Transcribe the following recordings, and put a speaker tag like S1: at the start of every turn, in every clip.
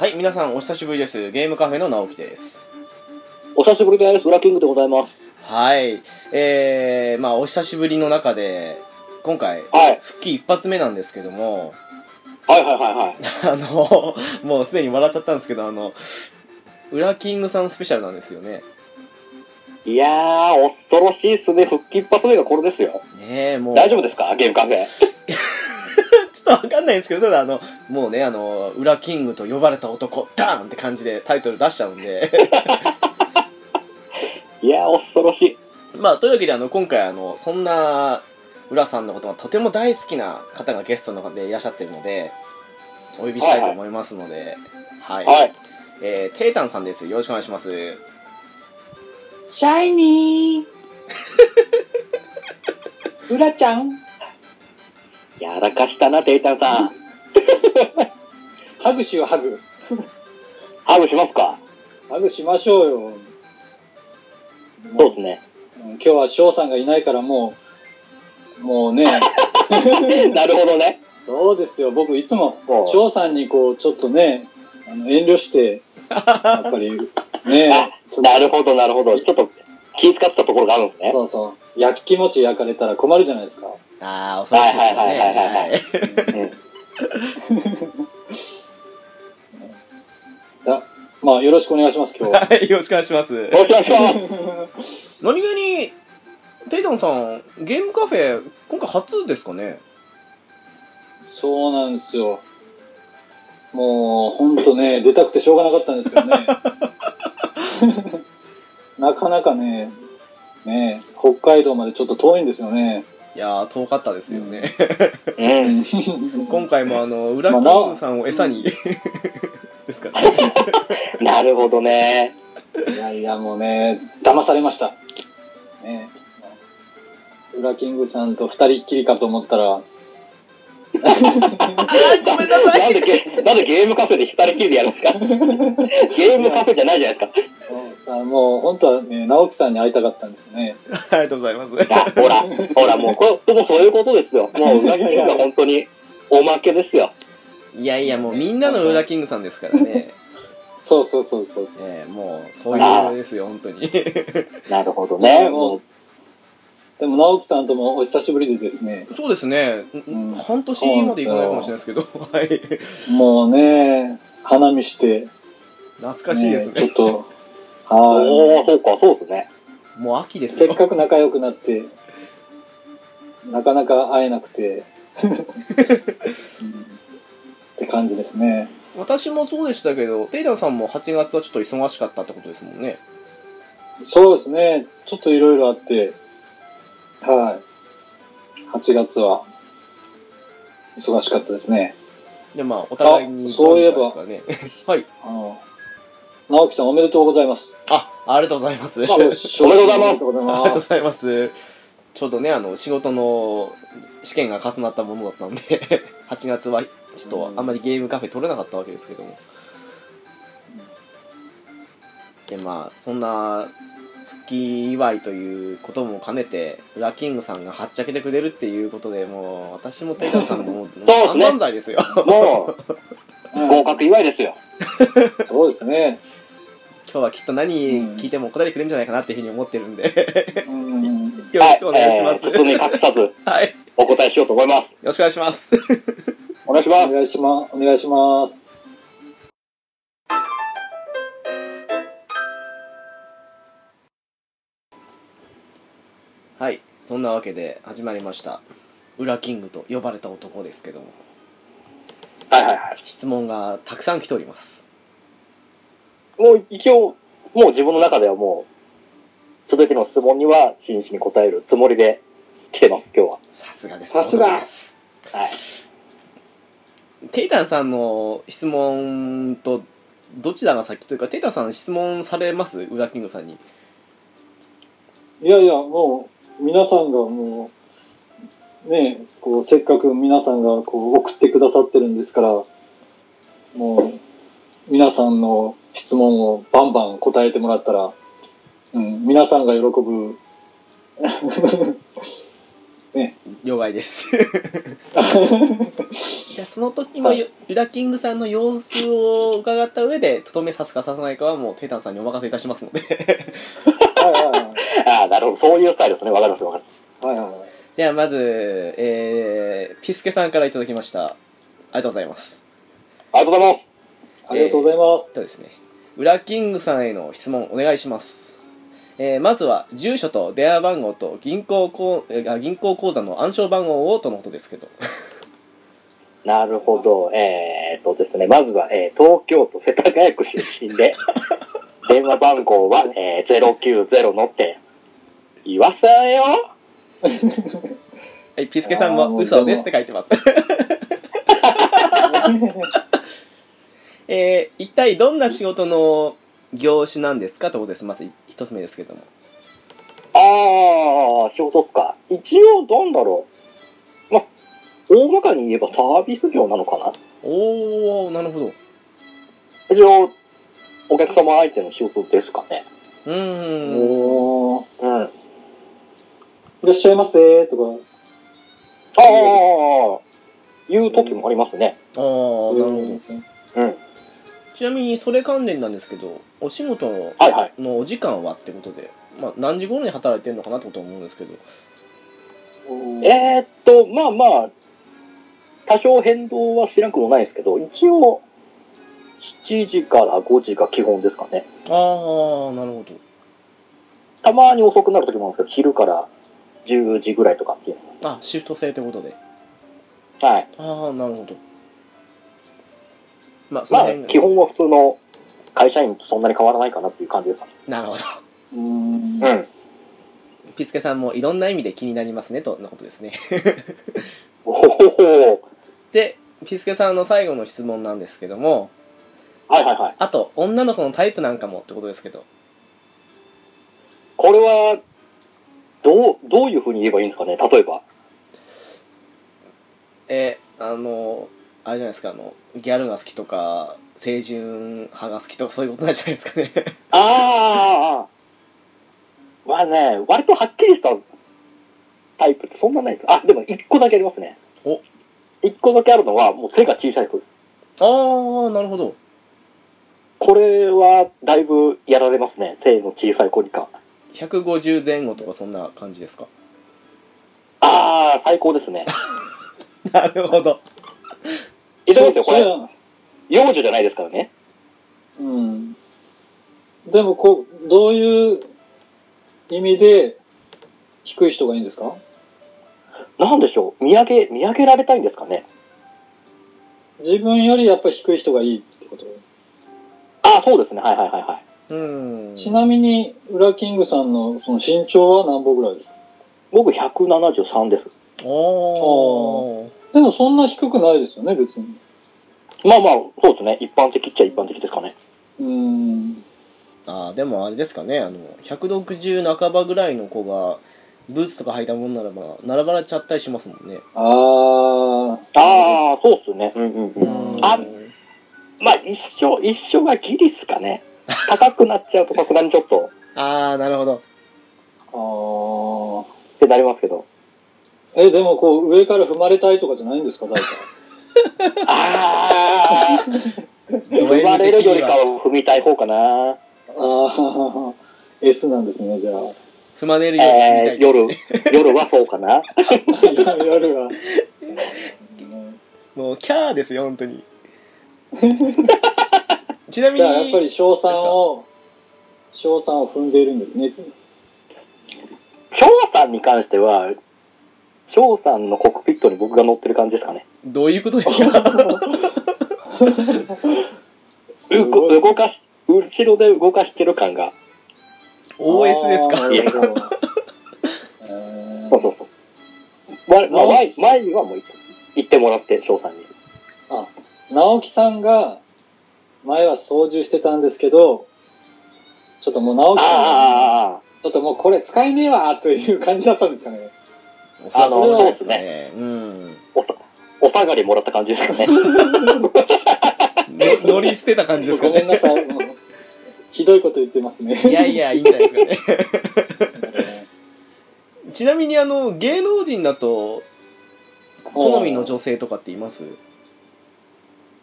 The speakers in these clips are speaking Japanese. S1: はい、皆さんお久しぶりです。ゲームカフェの直樹です。
S2: お久しぶりです。裏キングでございます。
S1: はい、えー、まあお久しぶりの中で、今回、
S2: はい
S1: 復帰一発目なんですけども、
S2: はいはいはいはい。
S1: あの、もうすでに笑っちゃったんですけど、あの、ウラキングさんスペシャルなんですよね。
S2: いやー、恐ろしいっすね。復帰一発目がこれですよ。
S1: ねえ、もう、
S2: 大丈夫ですかゲームカフェ。
S1: ちょっとわかんないんですけど、ただあの、もうね、あの、ウラキングと呼ばれた男、ダーンって感じでタイトル出しちゃうんで、
S2: いやー、恐ろしい。
S1: まあというわけで、あの、今回あの、そんな、浦さんのことがとても大好きな方がゲストの方でいらっしゃってるので、お呼びしたいと思いますので、はい、
S2: はい。
S1: えー、テータンさんです。よろしくお願いします。
S3: シャイニ ー。うらちゃん。
S2: やらかしたな、テイタンさん。
S3: ハグしよう、ハグ。
S2: ハグしますか
S3: ハグしましょうよ。
S2: そうですね。
S3: もう今日は翔さんがいないからもう、もうね、
S2: なるほどね。
S3: そうですよ。僕いつも
S2: そう
S3: 翔さんにこう、ちょっとね、あの遠慮して、やっぱ り、
S2: あ
S3: ね、
S2: なるほど、なるほど。ちょっと気遣ってたところがあるんですね。
S3: そうそう、焼き気持ち焼かれたら困るじゃないですか。
S1: ああ、恐ろしいですよ
S2: はいはいはいはいはい
S1: ね。
S2: うん
S3: だまあ、よろしくお願いします、今日 は。
S1: はい、よ ろしくお願いします。
S2: よろしくお願いします。
S1: 何気に、テイタンさん、ゲームカフェ、今回初ですかね
S3: そうなんですよ。もう、ほんとね、出たくてしょうがなかったんですけどね。 なかなかね、ね、北海道までちょっと遠いんですよね。
S1: いやー、遠かったですよね。
S2: うん。
S1: 今回もあの、ウラキングさんを餌 に、ですからね。
S2: なるほどね。
S3: いやいや、もうね、騙されました。ね、ウラキングさんと二人っきりかと思ったら、
S1: ごめんなさ
S2: なんでゲ、なんでゲームカフェで二人きりでやるんです かゲームカフェじゃないじゃないです
S3: あもう本当はね、直樹さんに会いたかったんです ね。
S1: ありがとうございます。
S2: か。あ、ほら、ほら、もう、これ、もうそういうことです よ。もう、裏切りが本当におまけですよ。
S1: いやいや、もうみんなのウラキングさんですからね。
S3: そうそうそうそう。
S1: ええもう、そういうですよ、本当に。
S2: なるほどね。
S3: も
S2: も
S3: うでも直樹さんともお久しぶりでですね、
S1: そうですね、
S3: ん
S1: 半年までいかないかもしれないですけど、はい。
S3: もうね、花見して、
S1: 懐かしいですね。
S3: ねちょっと、
S2: う、
S3: は
S2: おお、そうか、そうですね。
S1: もう秋で
S3: い。
S1: す
S3: せっ
S1: よ。
S3: かく仲良くなって、なかなか会えなくて、うんって感じですね。
S1: 私もそうでしたけど、テイタンさんも8月はちょっと忙しかったってことですもんね。
S3: そうですね、ちょっといろいろあって、はい。8月は、忙しかったですね。
S1: で、まあ、お互いに、
S3: あそういえば
S1: どうなんですかね。はい。
S3: あの、直樹さんおめでとうございます。
S1: あ、 ありがとうございます。ありが
S2: あ
S1: と
S2: もうおめでとうございます
S3: おめでと うご
S1: う
S3: ざいま
S1: ご
S3: す。
S1: ざいます。ちょうどね、あの、仕事の試験が重なったものだったんで、8月 は、ちょっとあんまりゲームカフェ取れなかったわけですけども。で、まあ、そんな、復帰祝いということも兼ねて、ラキングさんがはっちゃけてくれるっていうことで、もう、私もテイタンさんも、もう、
S2: すね
S1: 万々歳ですよ。
S2: もう、合格祝いですよ。
S3: うんそうですね。
S1: 今日はきっと何聞いても答えてくれるんじゃないかなっていうふうに思ってるんで
S3: うん
S1: よろしくお願いします、
S2: はえー包み隠さず、
S1: はいよ
S2: お答えしようと思います。
S1: ろしくお願いします
S2: お願いし
S3: お
S2: ます。
S3: 願いしま、お願いします。
S1: はいそんなわけで始まりました「ウラキング」と呼ばれた男ですけども
S2: はいはいはい。
S1: 質問がたくさん来ております
S2: もう、一応、もう自分の中ではもう、すべての質問には真摯に答えるつもりで来てます、今日は。
S1: さすがです
S3: さすが
S1: 男です
S2: はい。
S1: テイタンさんの質問とどちらが先というかテイタンさん質問されますウラキングさんに
S3: いやいや、もう、皆さんがもう、ねえ、こう、せっかく皆さんがこう、送ってくださってるんですから、もう、皆さんの質問をバンバン答えてもらったら、うん、皆さんが喜ぶ、ね。
S1: 了解 です。じゃあその時
S3: は
S1: の
S3: い
S1: ユユダキングさんの様子を伺った上でとどめさすかささないかはもうテイタンさんにお任せいたしますので
S3: はいは
S2: ああ、なるほど。そういうスタイルですね。わかります、わかりま
S3: いはい。はいはいはい。
S1: ではまず、えー、ピスケさんからいただきましたありがとうございます
S2: す。ありがとうございます。
S3: ありがとうございます。
S1: えーとですね裏キングさんへの質問お願いします、えーまずは住所と電話番号と銀行こうえーあ銀行口座の暗証番号をとのことですけど
S2: なるほど。えー、とですね、まずは、えー、東京都世田谷区出身で、電話番号は、えー、090のって、言わさんよ
S1: はいピスケさん
S3: あー
S1: も
S3: も
S1: 「
S3: う
S1: 嘘です」って書いてます えー一体どんな仕事の業種なんですかということですまずい一つ目ですけども
S2: あー、仕事っすか。一応、なんだろう。ま、大まかに言えばサービス業なのかな
S1: おおなるほどう
S2: 一応、お客様相手の仕事ですかね。
S1: ーん
S3: おー
S2: うん。あ
S3: いらっしゃいませーと
S2: あ、言う時もありますね。
S1: ああなるほど
S3: か。ど。
S2: うん。
S1: ちなみにそれ関連なんですけどお仕事
S2: はいはい。
S1: のお時間はってことで、まあ、何時頃に働いてるのかなってことは思うんですけど
S3: え
S2: えー、っと、まあまあ、多少変動はしなくもないですけど、一応、7時から5時が基本ですかね。
S1: ああなるほど
S2: たまに遅くなる時もあるんですけど、昼から10時ぐらいとかっていうの
S1: あシフト制ってことで
S2: がはい。
S1: ああなるほどまあその
S2: まあ
S1: 辺、が
S2: 基本は普通の会社員とそんなに変わらないかなっていう感じですかね。
S1: なるほど
S3: うん。
S2: うん。
S1: ピスケさんもいろんな意味で気になりますねとのことですね
S2: おお
S1: でピスケさんの最後の質問なんですけども
S2: はいはいはい。
S1: あと女の子のタイプなんかもってことですけど
S2: これは、どう、どういうふうに言えばいいんですかね例えば。
S1: えあのあれじゃないですかあのギャルが好きとか清純派が好きとかそういうことなんじゃないですかね
S2: ああまあね、割とはっきりしたタイプってそんなないです。あ、でも一個だけありますね。
S1: お
S2: 一個だけあるのは、もう背が小さい人。
S1: ああなるほど
S2: これは、だいぶやられますね。背の小さい子にか。
S1: 150前後とかそんな感じですか
S2: ああ最高ですね。
S1: なるほど
S2: いずれですよ、こ
S3: そ
S2: れ。
S3: う
S2: 幼女じゃないですからね。
S3: うん。でも、こう、どういう意味で低い人がいいんですか
S2: なんでしょう。見上げ、見上げられたいんですかね。
S3: 自分よりやっぱり低い人がいいってこと、
S2: ああそうですね。はいはいはいはい。
S1: うーん
S3: ちなみに、ウラキングさんのその身長は何歩ぐらいですか
S2: 僕173です。
S1: おー
S3: でもそんな低くないですよね、別に。
S2: まあまあ、そうですね。一般的っちゃ一般的ですかね。
S3: うん。
S1: あーでもあれですかねあの160半ばぐらいの子がブーツとか履いたもんならば並ばれちゃったりしますもんね
S3: ああ。
S2: ああそうっすね。うんうんうん。あまあ一緒、一緒はギリスかね。高くなっちゃうとさすがにちょっと
S1: あーなるほど
S3: あー
S2: ってなりますけ ど。
S3: え、でもこう、上から踏まれたいとかじゃないんですか、大体。
S2: ああ生まれるよりかは踏みたい方かな。
S3: ああ、S なんですね、じゃあ。
S1: 踏まれるように踏みたい
S2: えー
S1: です、ね
S2: 夜、夜はそうかな。
S3: 夜は。
S1: もうキャーですよ本当にちなみ
S3: じ
S1: に
S3: ゃあ、やっぱり賞賛を、賞賛を踏んでいるんですね。
S2: 翔さんに関しては、翔さんのコックピットに僕が乗ってる感じですかね。
S1: どういうことですか
S3: す
S2: う
S3: ごい
S2: 動かし、後ろで動かしてる感が。
S1: OS ですか
S3: あーなるほどえー
S2: そうそうそう。ままあ、前前にはもう行ってもらって、翔さんに。
S3: あ、直樹さんが、前は操縦してたんですけど、ちょっともう直樹さん、
S2: ああ。
S3: ちょっともうこれ使えねえわ、という感じだったんですかね。
S1: あの
S2: あの
S1: そうですねうん
S2: おさお下がりもらった感じですかね。
S1: の乗り捨てた感じですか
S3: ごめん
S1: ね
S3: なさい。もうひどいこと言ってますね。
S1: いやいやいいんじゃないですかね
S3: えー
S1: ちなみにあの芸能人だと好みの女性とかっています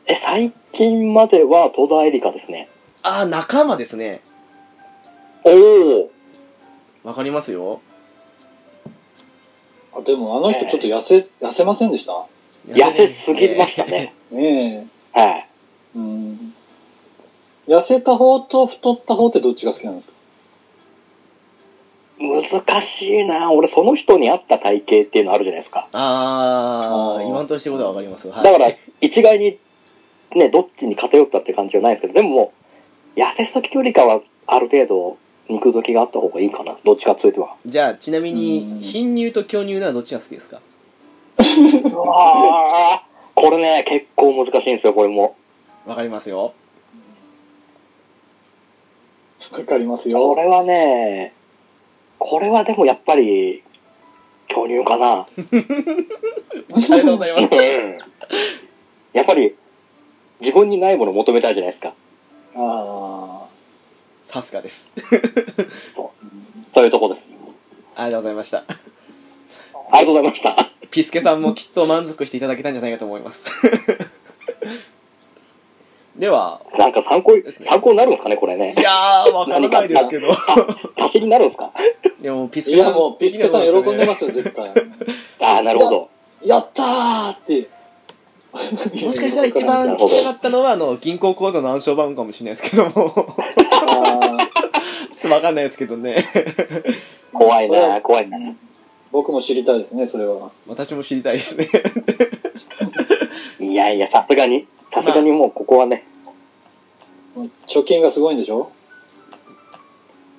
S2: え、最近までは戸田恵梨香ですね。
S1: ああ仲間ですね
S2: お
S1: わかりますよ
S3: あでもあの人ちょっと痩せ、痩せませんでした
S2: お痩せすぎました
S1: 痩せて
S2: ね。
S3: ね
S2: はい。
S3: え。うん。痩せた方と太った方ってどっちが好きなんですか
S2: 難しいな俺、その人に合った体型っていうのあるじゃないですか。
S1: あ
S3: あ
S1: あ
S3: ー
S1: 言わんとしてることはわかります、はい、
S2: だから、一概に、ね、どっちに偏ったって感じはないですけど、でももう、痩せすぎよりかは、ある程度、肉付きがあった方がいいかな。どっちかついて は。
S1: じゃあちなみ
S3: うん
S1: に貧乳と巨乳ならどっちが好きですか
S2: うわーこれね、結構難しいんですよ、これも。
S1: わかりますよ
S3: わかります
S2: こ
S3: よ。
S2: れはね、これはでもやっぱり、巨乳かな。
S1: ありがとうございます
S2: やっぱり、自分にないものを求めたいじゃないですか。
S3: あ
S1: さすがです
S2: そういうとこです。
S1: ありがとうございました
S2: ありがとうございました。
S1: ピスケさんもきっと満足していただけたんじゃないかと思いますでは
S2: なんか参考に、
S1: ですね
S2: 参考になるんですかね、これね
S1: い。やーわからないですけど
S2: 足しになるんですか
S1: でもピス
S3: あ。い
S1: ケさん
S3: や、もう、ピスケさん喜んで
S1: す
S3: ますよ、絶対。
S2: ああ、なるほど。
S3: やったーって。
S1: もしかしたら一番聞きたかったのはあの銀行口座の暗証番号かもしれないです けども
S3: あー
S1: ちょっとわかんないですけどね
S2: 怖い
S3: それは
S2: な、怖いな。
S3: 僕も知りたいですね、それは。
S1: 私も知りたいですね
S2: いやいや、さすがに、さすがにもうここはね、
S3: 貯金がすごいんでしょ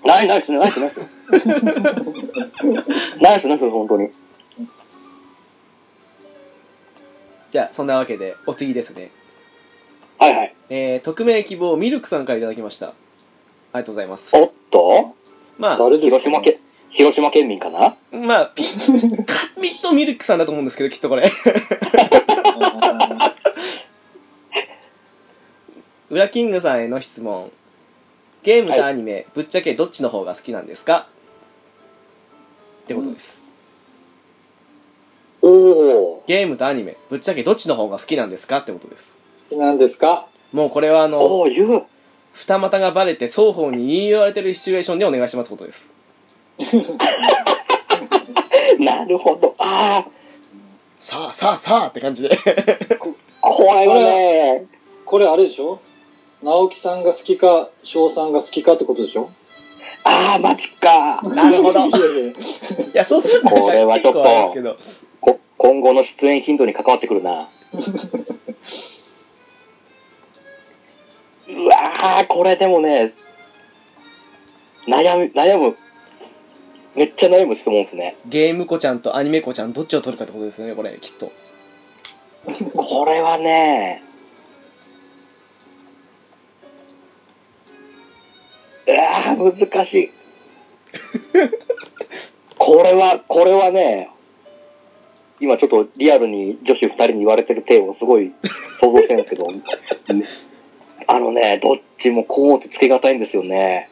S2: ないないですね、ない ですね。ないですね、本当に。
S1: じゃあそんなわけでお次ですね
S2: はいはい。
S1: えー、匿名希望ミルクさんからいただきましたありがとうございます
S2: おっと
S1: まあ
S3: 誰です
S2: 広
S3: か
S2: 島県、広島県民かな
S1: まあピカミットミルクさんだと思うんですけどきっとこれ
S3: あ
S1: ウラキングさんへの質問ゲームとアニメ、ぶっちゃけどっちの方が好きなんですかってことです、
S2: おお
S1: ゲームとアニメぶっちゃけどっちの方が好きなんですかってことです
S3: ー好きなんですか
S1: もうこれはあ
S2: ー。
S1: の
S2: おおー、言う。
S1: 二股がバレて双方に言い寄られてるシチュエーションでお願いしますことです
S2: なるほど。ああ、
S1: さあさあさあって感じで
S2: 怖いわね。
S3: これあれでしょ直樹さんが好きか、翔さんが好きかってことでしょ
S2: ああ、マジか。
S1: なるほどい
S3: いやいや
S1: やそうすると
S2: これはちょっと
S1: 結構あれです
S2: こ今後の出演頻度に関わってくるな。うわー、これでもね、悩む、悩む、めっちゃ悩む質問ですね。
S1: けどゲーム子ちゃんとアニメ子ちゃんどっちを取るかってことですよねこれきっと
S2: これはね、うわー、難しい。これは、これはね、今ちょっとリアルに女子二人に言われてる手をすごい想像してるんですけど、あのね、どっ ちもこうってつけがたいんですよね。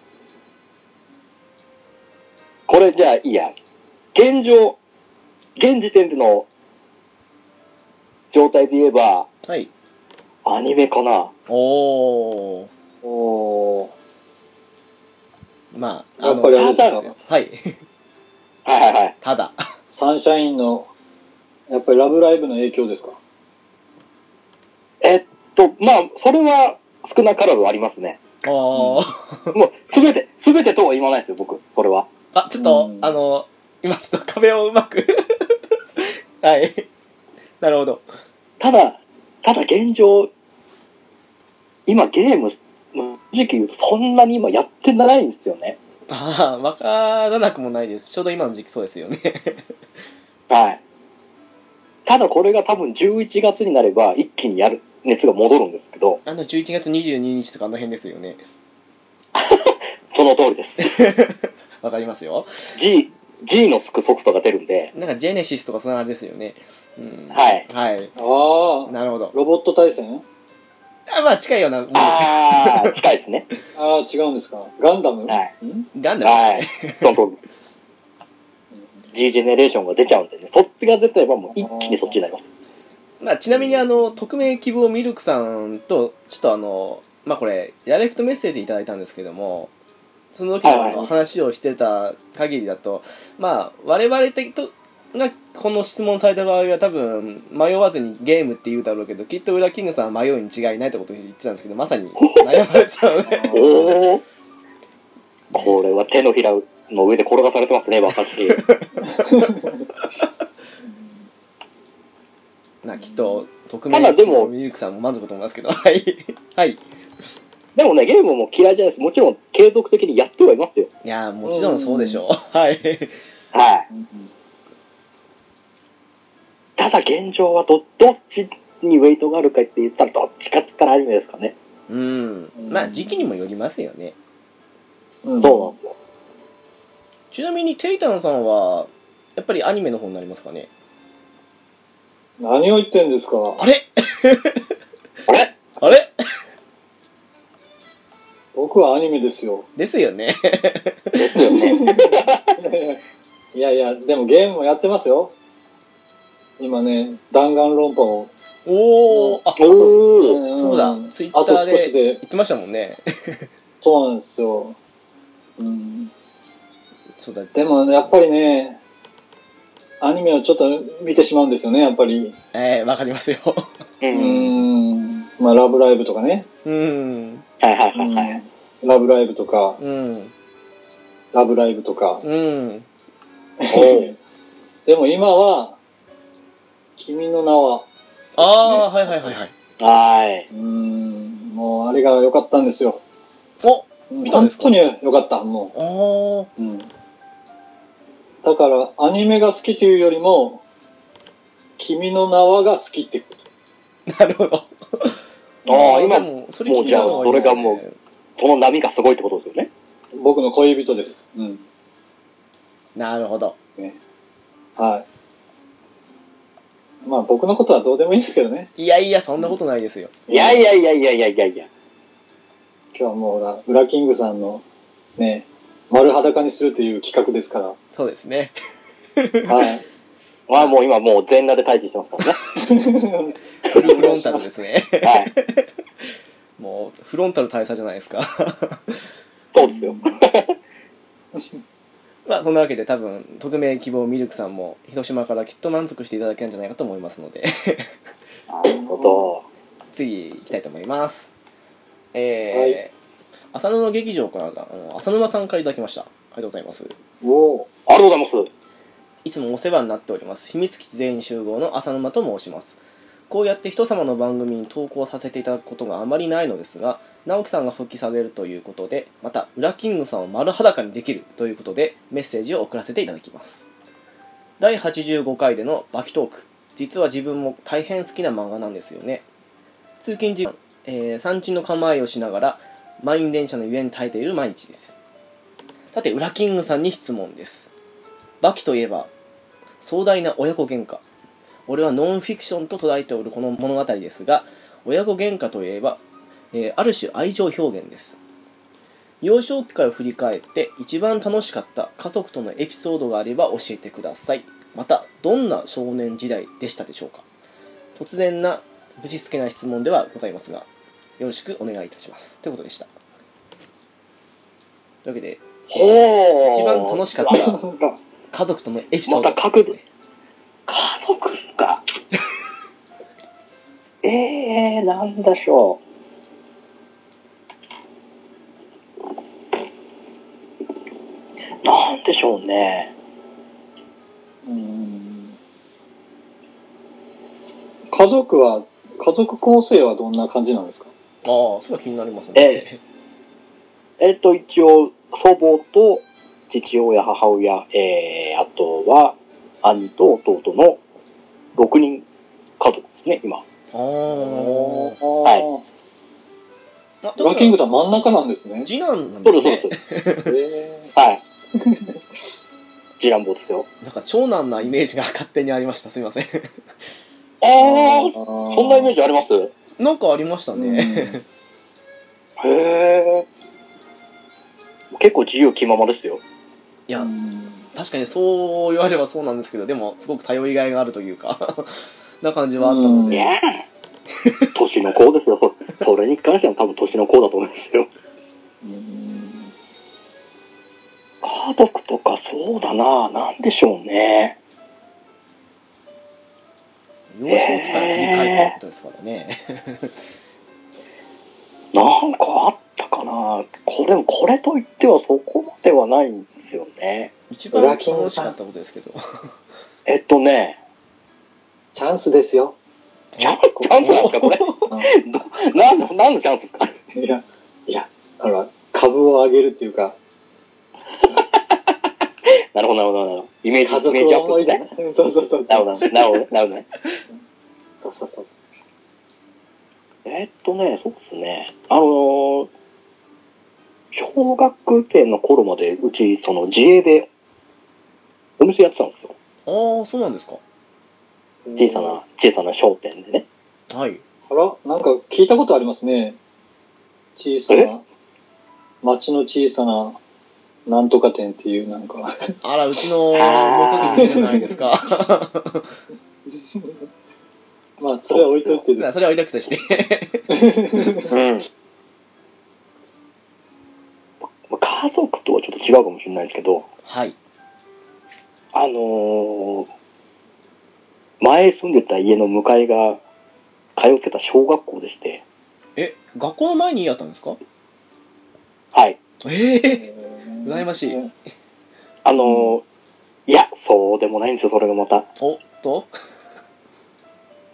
S2: これじゃあいいや。現状、現時点での状態で言えば、
S1: はい
S2: アニメかな
S1: おお
S3: おー
S1: まあ
S3: や
S1: あ
S3: っぱりあれ
S2: ただ
S3: です
S2: の
S3: よ。
S1: はい
S2: はいはいはい。
S1: ただ
S3: サンシャインの、やっぱりラブライブの影響ですか
S2: えっと、まあ、それは少なからずありますね。
S1: おー
S2: もう、すべて、すべてとは言わないですよ、僕、それは。
S1: あちょっと
S3: うん
S1: あの今ちょっと壁をうまく はいなるほど
S2: ただ、ただ現状、今ゲーム、正直言うとそんなに今やってないんですよね。
S1: ああわからなくもないですちょうど今の時期そうですよね
S2: はい。ただこれが多分11月になれば一気にやる熱が戻るんですけど、
S1: あの11月22日とかあの辺ですよね
S2: その通りです。
S1: わかりますよ
S2: G、G のつくソフトが出るんで、
S1: なんかジェネシスとかそんな感じですよね。うん、
S2: はい。
S1: はい。
S3: ああ、
S1: なるほど。
S3: ロボット対戦
S1: あまあ近いようなもんです。
S2: あー、近いですね。
S3: ああ、違うんですかガンダム
S2: はい。
S3: ん
S1: ガンダム
S2: は
S1: で
S2: い
S1: すね。。
S2: その通りです。 G ジェネレーションが出ちゃうんでね、そっちが出てればもう一気にそっちになります。
S1: まあ、ちなみにあの匿名希望ミルクさんとちょっとあのまあこれダイレクトメッセージいただいたんですけどもその時のあ
S2: はいは
S1: の
S2: い
S1: 話をしてた限りだとまあ我々的とがこの質問された場合は多分迷わずにゲームって言うだろうけどきっとウラキングさんは迷うに違いないってことを言ってたんですけどまさに悩まれてたので
S2: おおこれは手のひらの上で転がされてますね、私。
S1: なきっと匿
S2: ただ
S1: 名
S2: で
S1: 希
S2: も
S1: 望ミルクさんも満足だと思いますけど はいはい
S2: でもね、ゲームも嫌いじゃないです。もちろん継続的にやってはいますよ。
S1: いやーもちろんそうでしょうはい
S2: はい。
S3: うん
S2: ただ現状はど、どっちにウェイトがあるかって言ったら、どっちかって言ったらアニメですかね。
S1: うんまあ時期にもよりますよね
S3: うん
S2: そうなんですよ。
S1: ちなみにテイタンさんはやっぱりアニメの方になりますかね
S3: 何を言ってんですか
S1: あれ
S2: あれ
S1: あれ
S3: 僕はアニメですよ。
S1: ですよね
S2: ですよね。
S3: いやいや、でもゲームもやってますよ。今ね、弾丸論破を。
S1: おおあ
S2: おー。
S1: そうだ
S3: ん
S1: ツイッターで
S3: あと少しで
S1: 言、ってましたもんね
S3: そうなんですよ。うん、
S1: そうだ
S3: でも、やっぱりね、アニメをちょっと見てしまうんですよね、やっぱり。
S1: えー、わかりますよ
S2: う。
S3: うんん、まあ、ラブライブとかね。
S1: うん
S2: はいはいは
S3: う
S2: い
S3: ん
S2: はい。
S3: ラブライブとか、
S1: うん
S3: ラブライブとか。
S1: うん
S2: おー
S3: でも今は、君の名は、
S1: ああー、はいはいはいはい
S2: はい。
S3: うん、もうあれが良かったんですよ。
S1: お
S3: うん
S1: 見たんですか
S3: 本当に良かった、もう。
S1: あ
S3: うんだからアニメが好きというよりも「君の名は」が好きってこと
S1: あなるほど
S2: ああ、
S1: ー
S2: 今、
S1: で
S2: も
S1: もそれ聞いたのがいいですね
S2: もうじその波がすごいってことですよね。
S3: 僕の恋人です、うん
S1: なるほど
S3: はいまあ僕のことはどうでもいいんですけどね
S1: いやいやそんなことないですよ
S2: いやいやいやいやいやいやいや。
S3: 今日はもうほらウラキングさんのね丸裸にするという企画ですか
S1: そうです ね
S3: らはい
S2: まあもう今もう全裸で待機してますからね。
S1: フルフロンタルですね
S2: はい。
S1: もうフロンタル大佐じゃないですか
S2: そうですよ。
S1: まあそんなわけで多分匿名希望ミルクさんも広島からきっと満足していただけるんじゃないかと思いますので
S2: なるほど。
S1: 次行きたいと思いますえー浅沼劇場からだあの浅沼さんからいただきましたありがとうございます
S3: おお
S2: ありがとうございます。
S1: いつもお世話になっております秘密基地全員集合の浅沼と申しますこうやって人様の番組に投稿させていただくことがあまりないのですが直樹さんが復帰されるということでまた裏キングさんを丸裸にできるということでメッセージを送らせていただきます第85回でのバキトーク実は自分も大変好きな漫画なんですよね通勤時間、えー、山鎮の構えをしながら満員電車のゆえに耐えている毎日ですさて裏キングさんに質問ですバキといえば壮大な親子喧嘩俺はノンフィクションと捉えておるこの物語ですが親子喧嘩といえば、えーある種愛情表現です幼少期から振り返って一番楽しかった家族とのエピソードがあれば教えてくださいまたどんな少年時代でしたでしょうか突然なぶちつけな質問ではございますがよろしくお願いいたしますということでしたというわけで
S2: ほ
S1: 一番楽しかった家族とのエピソード
S2: また角度家族っすか。 ええー、なんだしょう。なんでしょうね。
S3: うん家族は家族構成はどんな感じなんですか
S1: ああ、それは気になりますね。
S2: ええっと、一応、祖母と父親、母親、えー、あとは兄と弟の6人家族ですね、今。
S1: ああ。
S3: は
S1: あ
S3: い、ラキングさん真ん中なんですね。
S1: 次男なん
S2: そ
S1: で
S2: うですす、そう
S1: ね。
S2: です。
S3: え
S2: はい。次男坊ですよ。
S1: なんか長男なイメージが勝手にありました。すみません。
S2: あー、そんなイメー
S3: ジ
S2: ジあります
S1: なんかありましたね。
S2: へえ。結構自由気ままですよ。
S1: いや、確かにそう言われればそうなんですけどでもすごく頼りがいがあるというか な感じはあったの
S2: い
S1: で、
S2: やー年の子ですよ。そそれに関しては多分年の子だと思うんですよ。
S3: うん
S2: 家族とかそうだな。なんでしょうね。
S1: 幼少期から振り返ってることですからね、
S2: なんかあったかな。これ、これといってはそこまではないんですよね。
S1: 一番楽しかったことですけど
S2: えっとね、
S3: チャンスですよ。
S2: チャンチャンスなんですか、こ れ。何の、何のチャンスですか
S3: いや、いや、ほら、株を上げるっていうか、
S2: なるほど、なるほど、なるほど。イメー
S3: 家
S2: ジ、イ
S3: 族
S2: メージアッ
S3: を
S2: プ
S3: 思
S2: で
S3: い
S2: す
S3: 出
S2: ね。。
S3: そうそうそう。
S2: なるほど、なるほど、なるほどね。
S3: そうそうそう。
S2: えっとね、そうですね。あのー小学生の頃まで、うち、その自営で、お店やってたんですよ。
S1: ああそうなんですか
S2: 小さな、小さな商店でね。
S1: はい
S3: あら、なんか聞いたことありますね。小さな、町の小さな、なんとか店っていう、なんか、
S1: あらうちのもう一つ店じゃないですか
S3: まあ、それは置いといて
S1: いや
S3: で
S1: それは置いたくとして
S2: うん。家族とはちょっと違うかもしれないですけど、
S1: はい
S2: あのー前住んでた家の向かいが、通ってた小学校でして、
S1: え学校の前に家やったんですか
S2: はい。
S1: ええ
S3: す。
S1: 羨ましい
S2: あのーいや、そうでもないんですよ、それがまた。
S1: おっと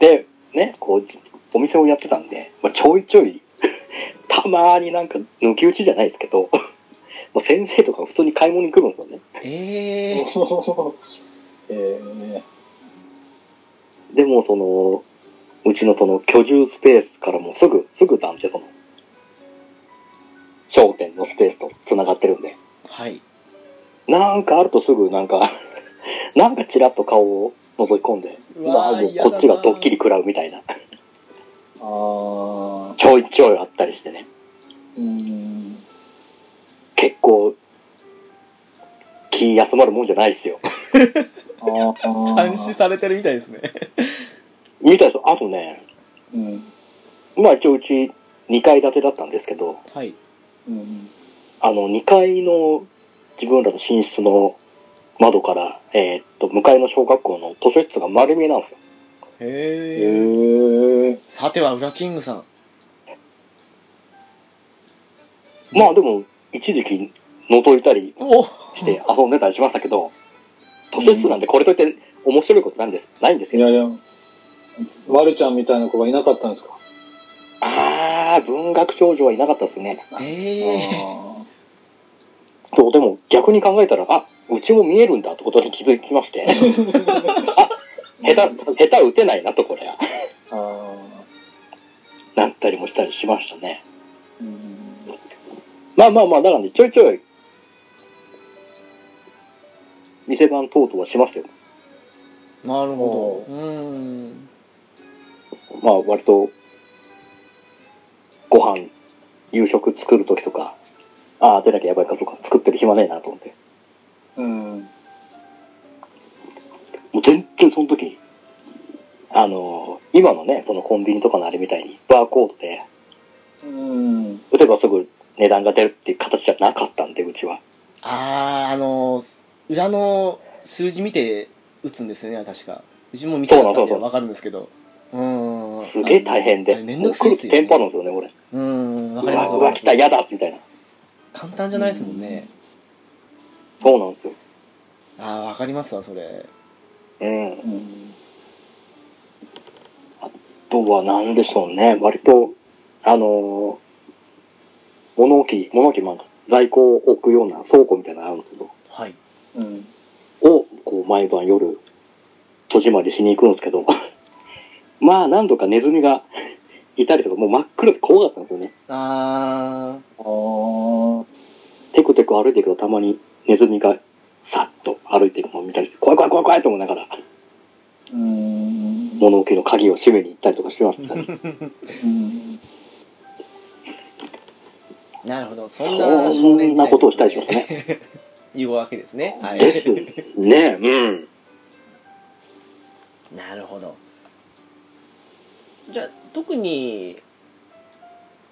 S2: で、ね、こう、じお店をやってたんで、まあ、ちょいちょい、 たまになんか抜き打ちじゃないですけど、 まあ先生とか普通に買い物に来るんですよね。
S1: ええ
S3: えー、
S2: でも、その、うちのその居住スペースからもうすぐ、すぐなんで、その、商店のスペースと繋がってるんで、
S1: はい
S2: なんかあるとすぐなんか、 なんかちらっと顔を覗き込んで、
S1: う
S2: まあ、
S1: わ
S2: も
S1: ー
S2: う
S1: 嫌だ
S2: こ
S1: な
S2: っちがドッキリ食らうみたいな、
S3: あ
S2: ちょいちょいあったりしてね。
S3: ー、うん。
S2: 結構、気休まるもんじゃないですよ。
S3: あ ー
S1: 監視されてるみたいですね
S2: みたいです。あとね、
S3: うん。
S2: まあ一応うち2階建てだったんですけど、
S1: はい
S3: うん。
S2: あの2階の自分らの寝室の窓から、えーっと、向かいの小学校の図書室が丸見えなんですよ。
S3: え
S1: へえ
S3: ー、
S1: さてはウラキングさん
S2: まあでも、一時期覗いたり
S1: お
S2: して遊んでたりしましたけど、図書室なんでこれといって面白いことなんです、ないんです
S3: い
S2: よ。
S3: やいや、まるちゃんみたいな子がいなかったんですか
S2: あー、文学少女はいなかったですね。
S1: ええ
S3: あ
S2: そう、でも逆に考えたら、あ、うちも見えるんだってことに気づきまして、下手、下手打てないなとこれは。
S3: あー。
S2: なったりもしたりしましたね。
S3: うん
S2: まあまあまあ、だからね、ちょいちょい、店番等々はしましたよ。
S1: なるほどうーん
S2: まあ、割と、ご飯、夕食作るときとか、ああ、出なきゃやばいかとか、作ってる暇ねえなと思って。
S3: うん。
S2: もう全然その時あのー今のね、そのコンビニとかのあれみたいに、バーコードで、
S3: うん。
S2: 打てばすぐ値段が出るっていう形じゃなかったんで、うちは。
S1: あああの裏の数字見て打つんですよね確かうちも店だったんで
S2: そうそうそう
S1: 分かるんですけどうーん
S2: すげえ大変
S1: あ
S2: で。
S1: れめんどくせえっすよね
S2: もう来るテンパるんですよね、俺。
S1: うーん分かります
S2: う
S1: 分か
S2: わ、
S1: りま
S2: 来
S1: す
S2: た、嫌だみたいな。
S1: 簡単じゃないですもんね
S2: そうなんですよ。
S1: ああ分かりますわそれ
S2: うん。あ
S3: うん。
S2: とは何でしょうね。割と、あのー物置、物置まあ在庫を置くような倉庫みたいなのがあるんですけど、
S1: はい
S3: うん。
S2: を、こう、毎晩夜、戸締まりしに行くんですけど、 まあ、何度かネズミがいたりとか、もう真っ暗で怖かったんですよね。
S1: あ
S3: あー
S2: テクテク歩いてるけど、たまにネズミが、さっと歩いてるのを見たりして、怖い怖い怖い怖いと思いながら、
S3: うん。
S2: 物置の鍵を閉めに行ったりとかしてましたね。
S3: うん。
S1: あなるほどそん
S2: そ
S1: な少年
S2: ん
S1: 時代
S2: なことをしたりしましたね。
S1: いうわけですね。は
S2: で
S1: い。
S2: すね。うん。
S1: なるほど。じゃあ特に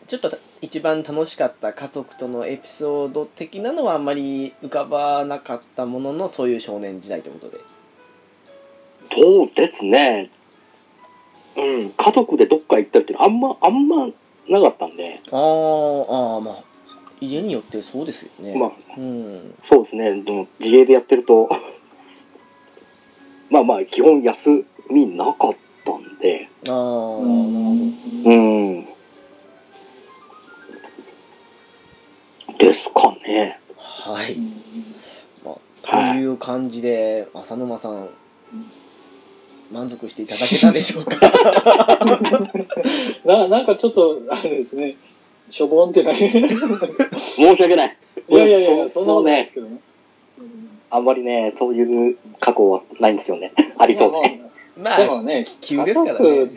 S1: ちょっと一番楽しかった家族とのエピソード的なのはあんまり浮かばなかったもののそういう少年時代ということで。
S2: そうですね。うん。家族でどっか行ったりっていうのはあんま、あんまなかったんで。
S1: あーあーまあ家によってそうですよね。
S2: まあ、
S1: うん。
S2: そうですね。でも、自営でやってると、 まあまあ、基本休みなかったんで。
S1: ああ、
S3: うん
S2: うん。ですかね。
S1: はい。
S3: う
S1: まあ、という感じで、浅沼さん満足していただけたでしょうか
S3: んななんかちょっとあれですねしょぼんってないや
S2: 申し訳ない。
S3: いやいやそんなことないで
S2: ね
S3: す、けどね
S2: あんまりね、そういう過去はないんですよね。ありそうね。
S1: ま
S3: まあまあで
S1: あ
S3: もね
S1: 急ですからね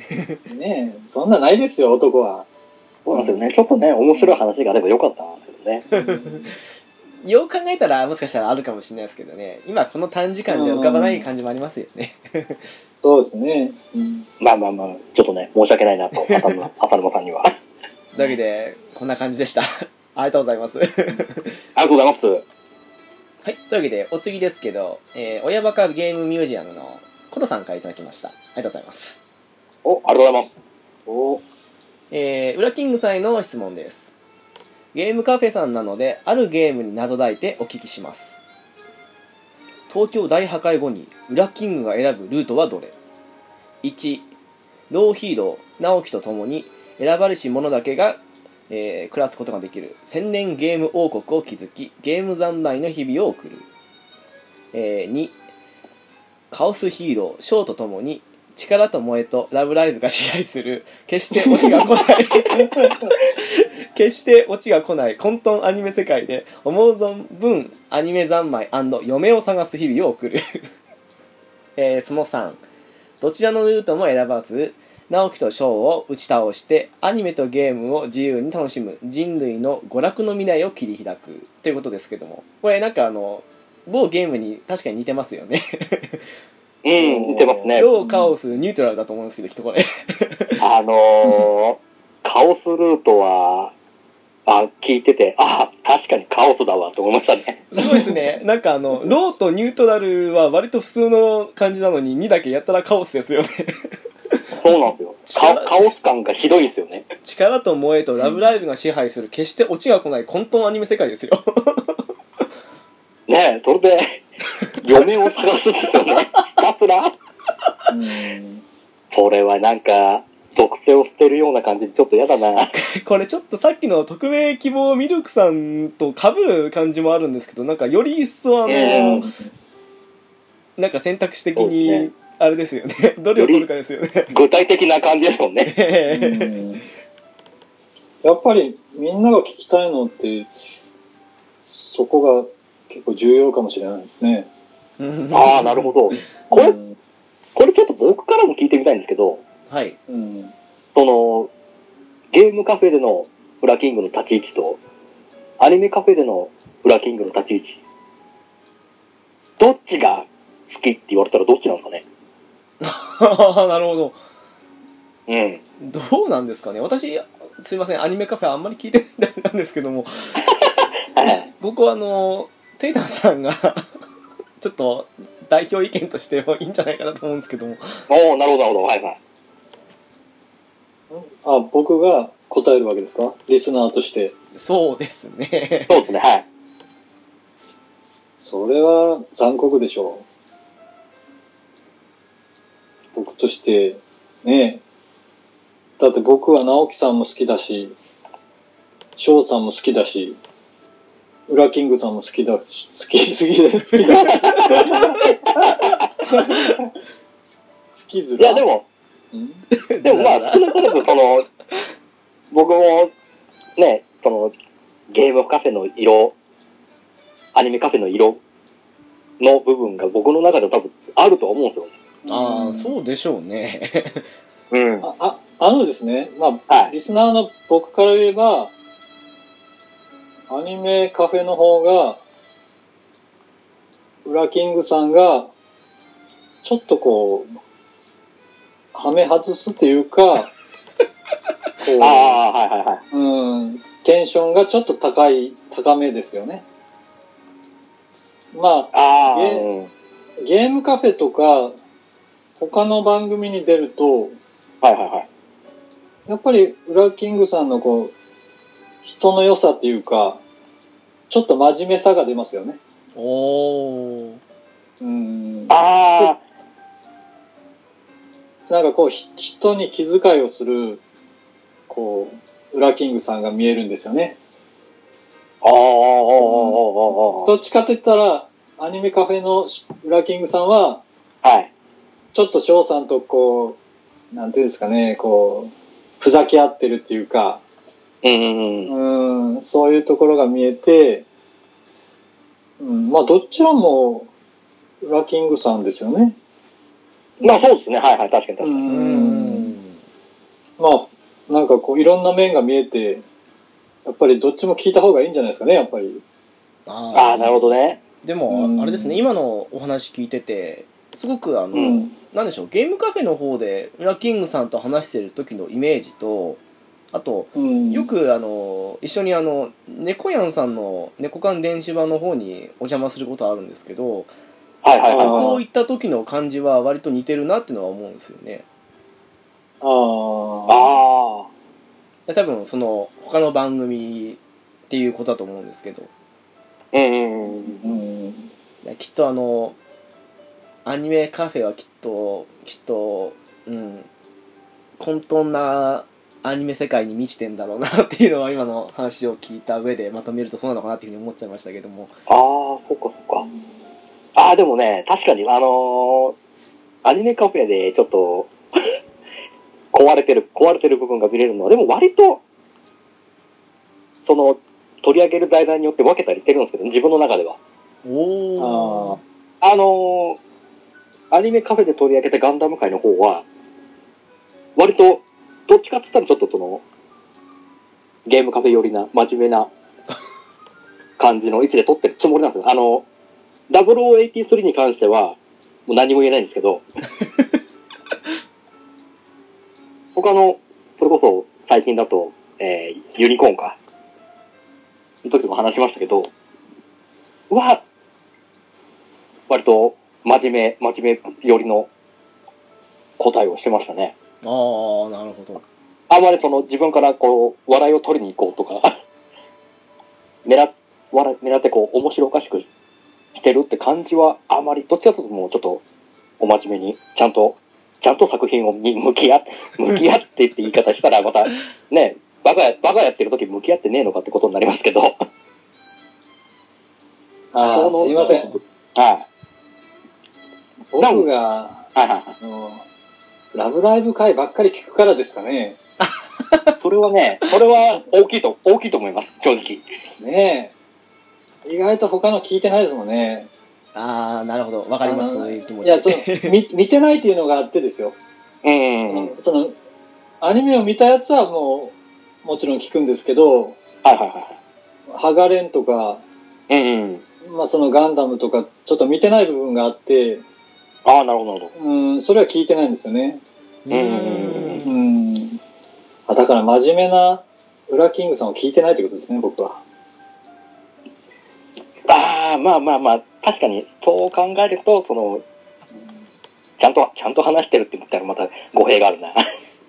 S3: ねそんなないですよ男は
S2: そうなんですよね。ちょっとね、面白い話があればよかったんですけどね。
S1: よく考えたらもしかしたらあるかもしれないですけどね今この短時間じゃ浮かばない感じもありますよね
S3: そうですね、うん
S2: まあまあまあ、ちょっとね、申し訳ないな と、浅沼浅沼さんには。あり
S1: というわけでこんな感じでした ありがとうございますは
S2: がとうございます。
S1: いというわけでお次ですけど、えー、親バカゲームミュージアムのコロさんからいただきましたありがとうございます
S2: お、ありがとうございます。
S3: お
S1: えー、ウラキングさんへの質問ですゲームカフェさんなのであるゲームになぞらえてお聞きします東京大破壊後にウラキングが選ぶルートはどれ1ノーヒーロー直樹と共に選ばれし者だけが、えー暮らすことができる千年ゲーム王国を築きゲーム三昧の日々を送る、え2カオスヒーローショーと共に力と萌えとラブライブが試合する決してオチが来ない 決してオチが来ない混沌アニメ世界で思う存分アニメ三昧嫁を探す日々を送る、 えーその3どちらのルートも選ばず直樹と翔を打ち倒してアニメとゲームを自由に楽しむ人類の娯楽の未来を切り開くということですけどもこれなんかあの某ゲームに確かに似てますよね
S2: うん、似てます ね。
S1: ローカオスニュートラルだと思うんですけどきっとこれ
S2: あのー、カオスルートは、あ、聞いてて、あ、確かにカオスだわと思いましたね。
S1: すごいですね なんかあ のローとニュートラルは割と普通の感じなのに2だけやったらカオスです よね
S2: そうなんですよ。カカオス感がひどいんですよね。
S1: 力と萌えとラブライブが支配する決してオチが来ない混沌アニメ世界ですよ
S2: ねえ、それで、嫁を探すんですよね。ひたすら。
S3: うん
S2: それはなんか、属性を捨てるような感じでちょっと嫌だな。
S1: これちょっとさっきの匿名希望ミルクさんと被る感じもあるんですけどなんかより一層あの、
S2: え
S1: なんか選択肢的
S2: そうです
S1: に
S2: ね
S1: あれですよね どれを取るかですよね
S2: 具体的な感じですもん ね。
S3: うんやっぱりみんなが聞きたいのってそこが結構重要かもしれないですね。
S1: うん
S2: ああ、なるほど。これ
S3: うん
S2: これちょっと僕からも聞いてみたいんですけど、
S1: はい
S3: うん
S2: その、ゲームカフェでのフラキングの立ち位置と、アニメカフェでのフラキングの立ち位置、どっちが好きって言われたらどっちなんですかね
S1: なるほど
S2: うん。
S1: どうなんですかね私すいませんアニメカフェあんまり聞いてないんですけども
S2: はい
S1: 僕はあのテイタンさんが ちょっと代表意見としてはいいんじゃないかなと思うんですけども
S2: おおなるほど、なるほど。はいはい。
S3: あ僕が答えるわけですかリスナーとして。
S1: そうですね
S2: そうですね、はい。
S3: それは残酷でしょう。僕としてねだって僕は直樹さんも好きだし翔さんも好きだし裏キングさんも好きだし好き 好きだ好きだ好きず
S2: い
S3: ら
S2: や、でも、
S3: うん
S2: でもまあ、少なからず、その、僕も、ね、その、ゲームカフェの色、アニメカフェの色の部分が僕の中で多分あると思うんですよね。
S1: ああそうでしょうね
S2: うん。
S3: あああのですね、まあ、
S2: はい
S3: リスナーの僕から言えば、アニメカフェの方が、ウラキングさんが、ちょっとこう、はめ外すっていうか、こ
S2: ああ、はいはいは
S3: う、うん、テンションがちょっと高い、高めですよね。まあ、
S2: い。ああ、
S3: え
S2: うん
S3: ゲームカフェとか、他の番組に出ると、
S2: はいはいはい。
S3: やっぱり、ウラキングさんのこう、人の良さっていうか、ちょっと真面目さが出ますよね。
S1: おー
S3: うん。
S2: あ
S3: なんかこう、ひ人に気遣いをする、こう、ウラキングさんが見えるんですよね。
S2: あ、ああ、ああ、ああ
S3: どっちかって言ったら、アニメカフェのしウラキングさんは、
S2: あ、ああ。はい。
S3: ちょっと翔さんとこう、なんていうんですかね、こう、ふざけ合ってるっていうか、
S2: うんうんうん。
S3: うん、そういうところが見えて、うん、まあどちらも、ウラキングさんですよね。
S2: まあそうですね。はいはい。確かに確か
S3: う。
S2: に。
S1: うん
S3: まあ、なんかこう、いろんな面が見えて、やっぱりどっちも聞いた方がいいんじゃないですかね、やっぱり。
S1: あ
S2: ああ、なるほど
S1: ね
S2: ね。
S1: で
S3: うん
S1: もあれですね今のお話聞いててすごくあの、
S3: うん。
S1: なんでしょうゲームカフェの方でウラキングさんと話してる時のイメージとあと
S3: うん。
S1: よくあの一緒にあの猫やんさんの猫館電子版の方にお邪魔することあるんですけど
S2: はいはいはい。
S1: こういった時の感じは割と似てるなってのは思うんですよね
S3: ああ。
S2: あ
S1: 多分その他の番組っていうことだと思うんですけど
S2: あ。うんうんうん。
S3: うん。
S1: きっとあのアニメカフェはきっときっとうん混沌なアニメ世界に満ちてんだろうなっていうのは今の話を聞いた上でまとめるとそうなのかなっていうふうに思っちゃいましたけども
S2: ああ、そっかそっか。ああ、でもね、確かに、あのーアニメカフェでちょっと、 壊れてる、壊れてる部分が見れるのは、でも割と、その、取り上げる題材によって分けたりしてるんですけど、自分の中では。
S1: お
S3: あ
S1: お
S2: あのーアニメカフェで取り上げたガンダム界の方は、割と、どっちかって言ったらちょっとその、ゲームカフェ寄りな、真面目な感じの位置で撮ってるつもりなんですよ。あの、0083に関しては、もう何も言えないんですけど、他の、それこそ最近だと、えーユニコーンか、の時も話しましたけど、は、割と真面目、真面目寄りの答えをしてましたね。
S1: ああなるほど
S2: あまりその自分からこう、笑いを取りに行こうとか、 狙っ、笑い狙ってこう、面白おかしくしてるって感じはあまり、どっちかというともうちょっと、お真面目に、ちゃんと、ちゃんと作品をに向き合って、 向き合ってって言い方したらまた、ね、バカや、バカやってる時向き合ってねえのかってことになりますけど、はい。
S3: ああ、すいません。
S2: はい
S3: 僕が、
S2: はいはい。
S3: あの、ラブライブ会ばっかり聞くからですかね。
S2: それはね、それは大きいと、大きいと思います、正直。
S3: ねえ。意外と他の聞いてないですもんね。
S1: ああなるほどわかりますそういう気持
S3: い
S1: ち
S3: や、その、 み見てないっていうのがあってですよ。
S2: うん。はい
S3: その、アニメを見たやつはもう、もちろん聞くんですけど、
S2: はいは
S3: ハガレンとか、
S2: い。うんうん。
S3: まあそのガンダムとか、ちょっと見てない部分があって、
S2: ああ、なるほど、なるほ
S3: うん、それは聞いてないんですよね。
S1: う
S3: うんん。あ、だから真面目な、ウラキングさんを聞いてないってことですね、僕は。
S2: ど。ああ、まあまあまあ、確かに、そう考えると、その、ちゃんと、ちゃんと話してるって言ったらまた語弊があるな。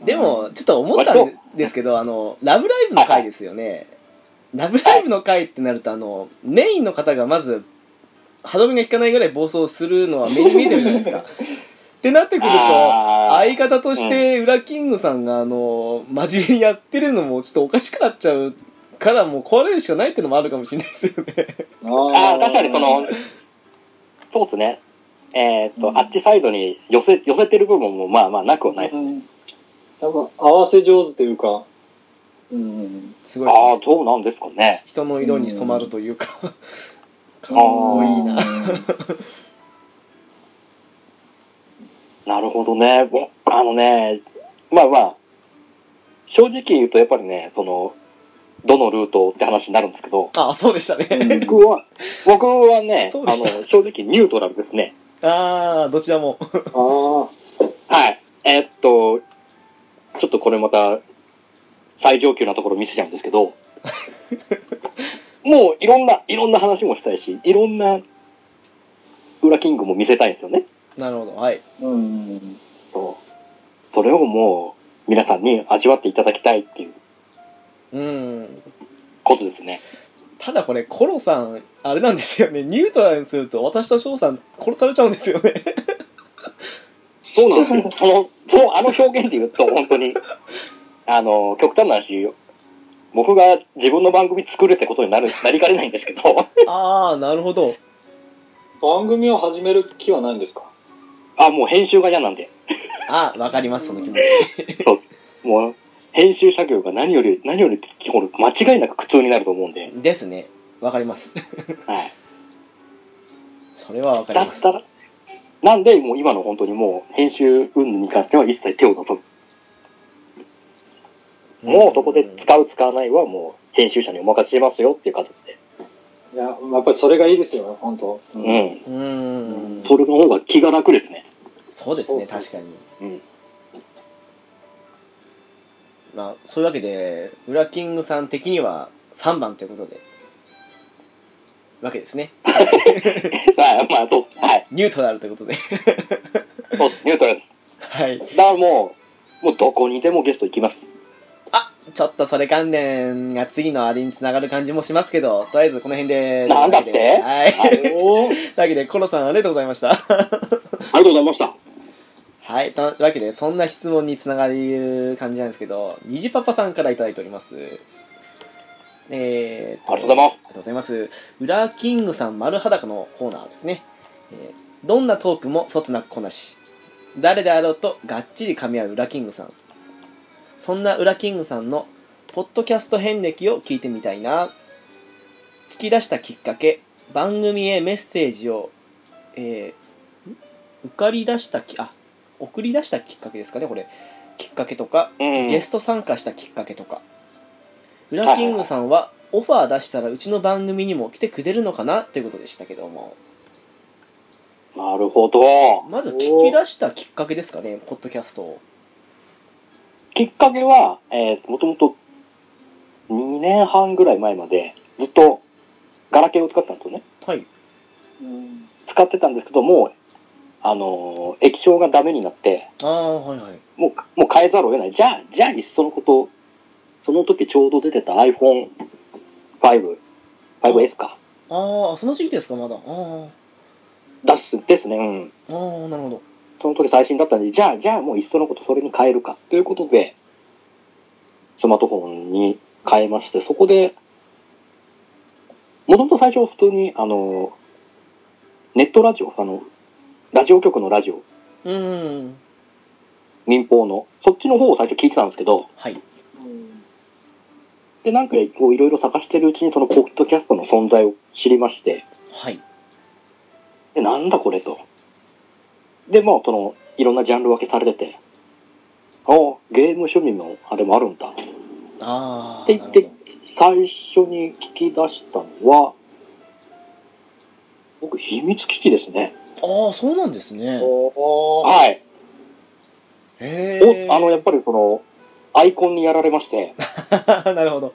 S1: でもちょっと思ったんですけどあの「ラブライブ!」の回ですよね「ラブライブ!」の回ってなるとあのメインの方がまず歯止めが効かないぐらい暴走するのは目に見えてるじゃ ないですかってなってくると
S2: あ
S1: 相方としてウラキングさんがあの真面目にやってるのもちょっとおかしくなっちゃうからもう壊れるしかないってのもあるかもしれないですよね
S3: あ
S2: あ
S3: ー
S2: ああ、確かにその、そうですね。えーっと、
S3: うん
S2: あっちサイドに寄せ、寄せてる部分もまあまあなくはない。
S3: うん、多分合わせ上手というか、うん、
S1: すごいです
S2: ああ
S1: ね、
S2: どうなんですかね。
S1: 人の色に染まるというかかっ
S2: 多
S1: こいいな
S2: なるほどね。ぼあのね、まあまあ、正直言うとやっぱりね、その、どのルートって話になるんですけど、
S1: あ、そうでしたね。
S2: 僕は、僕はね、あ
S1: そう
S2: の
S1: でした、
S2: 正直ニュートラルですね。
S1: ああ、どちらも。
S3: あ
S2: はい。えーっと、ちょっとこれまた、最上級なところ見せちゃうんです けど、もういろんな、いろんな話もしたいし、いろんな、裏キングも見せたいんですよね。
S1: なるほど。はい。
S3: あ。うん。
S2: そうそれをもう、皆さんに味わっていただきたいっていう
S1: うん。
S2: ことですね。
S1: ただこれ、コロさん、あれなんですよね。ニュートラルにすると、私と翔さん殺されちゃうんですよね。
S2: そうなんですよ。その、その、あの表現で言うと、本当 に、あの、極端な話、僕が自分の番組作るってことになる、なりかねないんですけど、
S1: ああ、なるほど。
S3: 番組を始める気はないんですか
S2: あ、もう編集が嫌なんで、
S1: あわかります、その気持ち。
S2: もう、編集作業が何より、何よりって基本、間違いなく苦痛になると思うんで、
S1: ですね。わかります。
S2: はい。
S1: それはわかり
S2: だ
S1: ま
S2: っ
S1: す
S2: た。ら、なんで、もう今の本当にもう、編集運に関しては一切手を出さず、もうそこで使う、使わないはもう、編集者にお任せしますよっていう形で、
S3: いや、やっぱりそれがいいですよ、本当。う
S2: う。ん。
S1: うん。
S2: それの方が気が楽ですね。
S1: そうですね、
S3: そう
S1: 確かに。
S2: うん。
S1: まあ、そういうわけで、ウラキングさん的には3番ということで、わけですね。
S2: はい、まあ、そう、はい。
S1: ニュートラルということで。
S2: そうです、ニュートラルです。
S1: はい。
S2: だからもう、もうどこにでもゲスト行きます。
S1: あちょっとそれ関連が次のあれにつながる感じもしますけど、とりあえずこの辺で。
S2: なんだって
S1: というわけではい。 とい
S3: おー
S1: うわけで、コロさんありがとうございました。
S2: ありがとうございました。
S1: はい。というわけで、そんな質問につながる感じなんですけど、虹パパさんからいただいております。えーっ
S2: ありがとうございます
S1: ありがとうございます。裏キングさん丸裸のコーナーですね。えーどんなトークもそつなくこなし。誰であろうとがっちり噛み合う裏キングさん。そんな裏キングさんのポッドキャスト遍歴を聞いてみたいな。聞き出したきっかけ、番組へメッセージを、えー、ん受かり出したき、あ、送り出したきっかけですかね、これ。きっかけとか、
S2: うん
S1: ゲスト参加したきっかけとか裏キングさんはオファー出したらうちの番組にも来てくれるのかなということでしたけども
S2: なるほど。
S1: まず聞き出したきっかけですかねポッドキャストを
S2: きっかけは、えー、もともと2年半ぐらい前まで、ずっとガラケーを使ってたんですよね。
S1: はい
S3: うん
S2: 使ってたんですけども、あのー液晶がダメになって、
S1: ああはいはい
S2: もう、もう変えざるを得ない。じゃあ、じゃあ、いっそのこと、その時ちょうど出てた iPhone5、5S か。
S1: ああその時期ですかまだあー
S2: 出す、ですね。うん。
S1: あーなるほど
S2: その時最新だったんで、じゃあ、じゃあもういっそのことそれに変えるかということで、スマートフォンに変えまして、そこで、もともと最初普通に、あの、ネットラジオ、あの、ラジオ局のラジオ、
S1: うーん
S2: 民放の、そっちの方を最初聞いてたんですけど、
S1: はい
S3: うん
S2: で、なんかこういろいろ探してるうちにそのポッドキャストの存在を知りまして、
S1: はい
S2: で、なんだこれと。で、まあ、その、いろんなジャンル分けされてて、ああ、ゲーム趣味のあれもあるんだ。
S1: あ
S2: っ
S1: あ
S2: て言って、最初に聞き出したのは、僕、秘密基地ですね。
S1: ああーそうなんですね
S3: おー
S2: はい。
S1: へえ
S2: おあの、やっぱりその、アイコンにやられまして、
S1: なるほど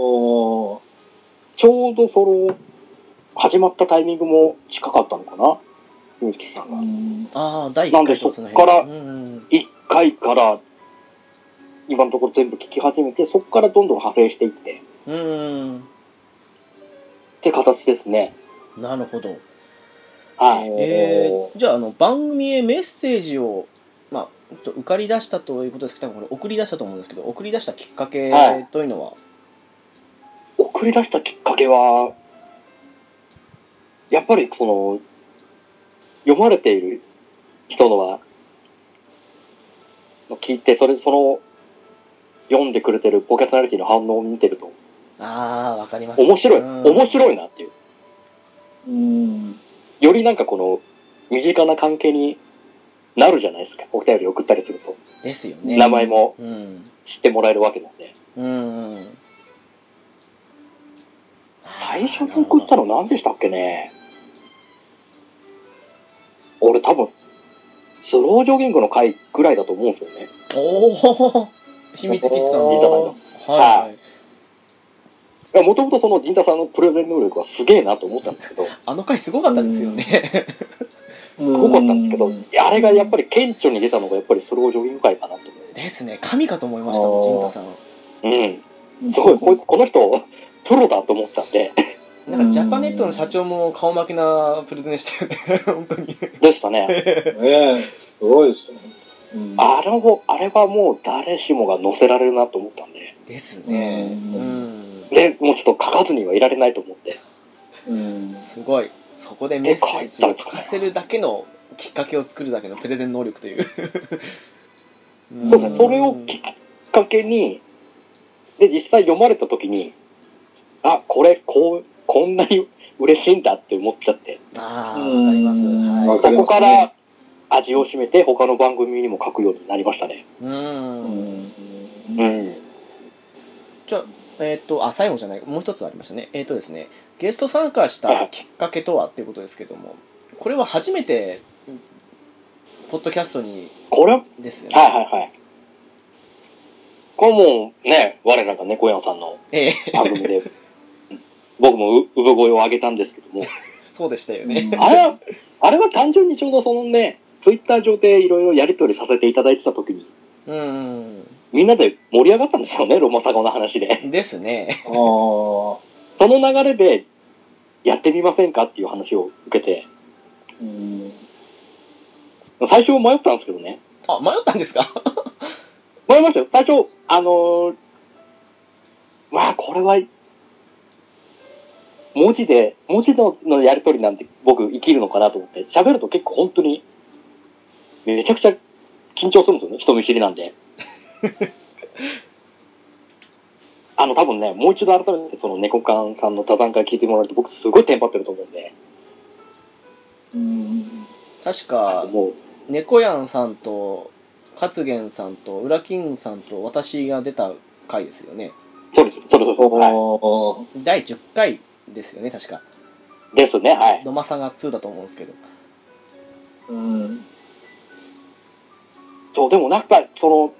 S3: おー
S2: ちょうどその、始まったタイミングも近かったのかな、秘密基地さん
S3: う
S2: が。
S3: ん
S1: ああ第
S2: な
S1: 1
S2: んで
S1: 回とかその
S2: そっから
S1: 辺うん
S2: 1回から、今のところ全部聞き始めて、そこからどんどん派生していって、っ
S1: うんう
S2: て形ですね。
S1: ーんなるほど
S2: はい。
S1: え
S3: お
S1: ー、じゃああの番組へメッセージを、まあ、ちょっと受かり出したということですけど多分これ送り出したと思うんですけど送り出したきっかけ
S2: はい
S1: というのは、
S2: 送り出したきっかけは、やっぱりその、読まれている人のは、聞いて、それ、その、読んでくれてるポケットナリティの反応を見てると、
S1: ああわかります
S2: 面白い、
S1: うん
S2: 面白いなっていう。
S3: ーうん
S2: よりなんかこの、身近な関係になるじゃないですか。お便り送ったりすると。
S1: ですよね
S2: 名前も
S1: うん
S2: 知ってもらえるわけなんで。
S1: うんうん
S2: 最初に送ったの何でしたっけね俺多分、スロージョギングの回ぐらいだと思うんですよね。
S1: おお秘密基地さん
S2: いただいた
S1: のはい、はい、
S2: いや、もともとその陣田さんのプレゼン能力はすげえなと思ったんですけど、す
S1: あの回すごかったですよね
S3: す
S2: ごかったんですけど、いやあれがやっぱり顕著に出たのがやっぱりスロージョギング回かなと思
S1: ですね神かと思いましたもん陣太さん
S2: う。うん。すごい、こいこの人、プロだと思ったんで、
S1: なんかジャパネットの社長も顔負けなプレゼンでしたよね本当に
S2: でしたね。
S3: ねえ、すごいですよね。うん
S2: あれを、あれはもう誰しもが乗せられるなと思ったんで、
S1: ですねう
S3: う
S1: ん
S2: で、もうちょっと書かずにはいられないと思って。
S3: うん
S1: すごいそこでメッセージを書かせるだけのきっかけを作るだけのプレゼン能力という
S2: そうですね、それをきっかけに、で、実際読まれた時に、あ、これ、こう、こんなに嬉しいんだって思っちゃって、
S1: ああわかります
S3: うん
S1: は
S3: わ
S1: い
S3: か
S2: そ
S3: ります
S2: こから味を占めて、他の番組にも書くようになりましたね。
S1: うん
S2: うん。
S1: じゃあえっ、とあ最後じゃないもう一つありましたねえっ、とですねゲスト参加したきっかけとはっていうことですけどもこれは初めてポッドキャストに
S2: これ、はい
S1: ですよね、
S2: はいはい。これもうね、我らが猫山さんの
S1: ええ
S2: 番組 で、僕もう産声を上げたんですけども、
S1: そうでしたよね
S2: あれ は、あれは単純にちょうどそのね、ツイッター上でいろいろやりとりさせていただいてた時に、
S1: うん
S2: みんなで盛り上がったんですよね、ロマサゴの話で。
S1: ですね
S3: ああ。
S2: その流れで、やってみませんかっていう話を受けて、
S3: うん。
S2: 最初迷ったんですけどね。
S1: あ迷ったんですか
S2: 迷いましたよ。最初、あのー、まあ、これは、文字で、文字ののやりとりなんて僕生きるのかなと思って、喋ると結構本当に、めちゃくちゃ緊張するんですよね、人見知りなんで。 あの、多分ね、もう一度改めてその猫缶さんの座談会聞いてもらうと僕すごいテンパってると思うんで、
S3: うん。
S1: 確か
S2: もう、
S1: 猫やんさんと勝元さんと裏金さんと私が出た回ですよね
S2: そうです、そうです、そうですは
S3: お
S1: 第10回ですよね確か
S2: い。ですね、は
S1: 「
S2: い。
S1: ドマサガ2」だと思うんですけど
S3: うん。
S2: そう、でもなんか、その、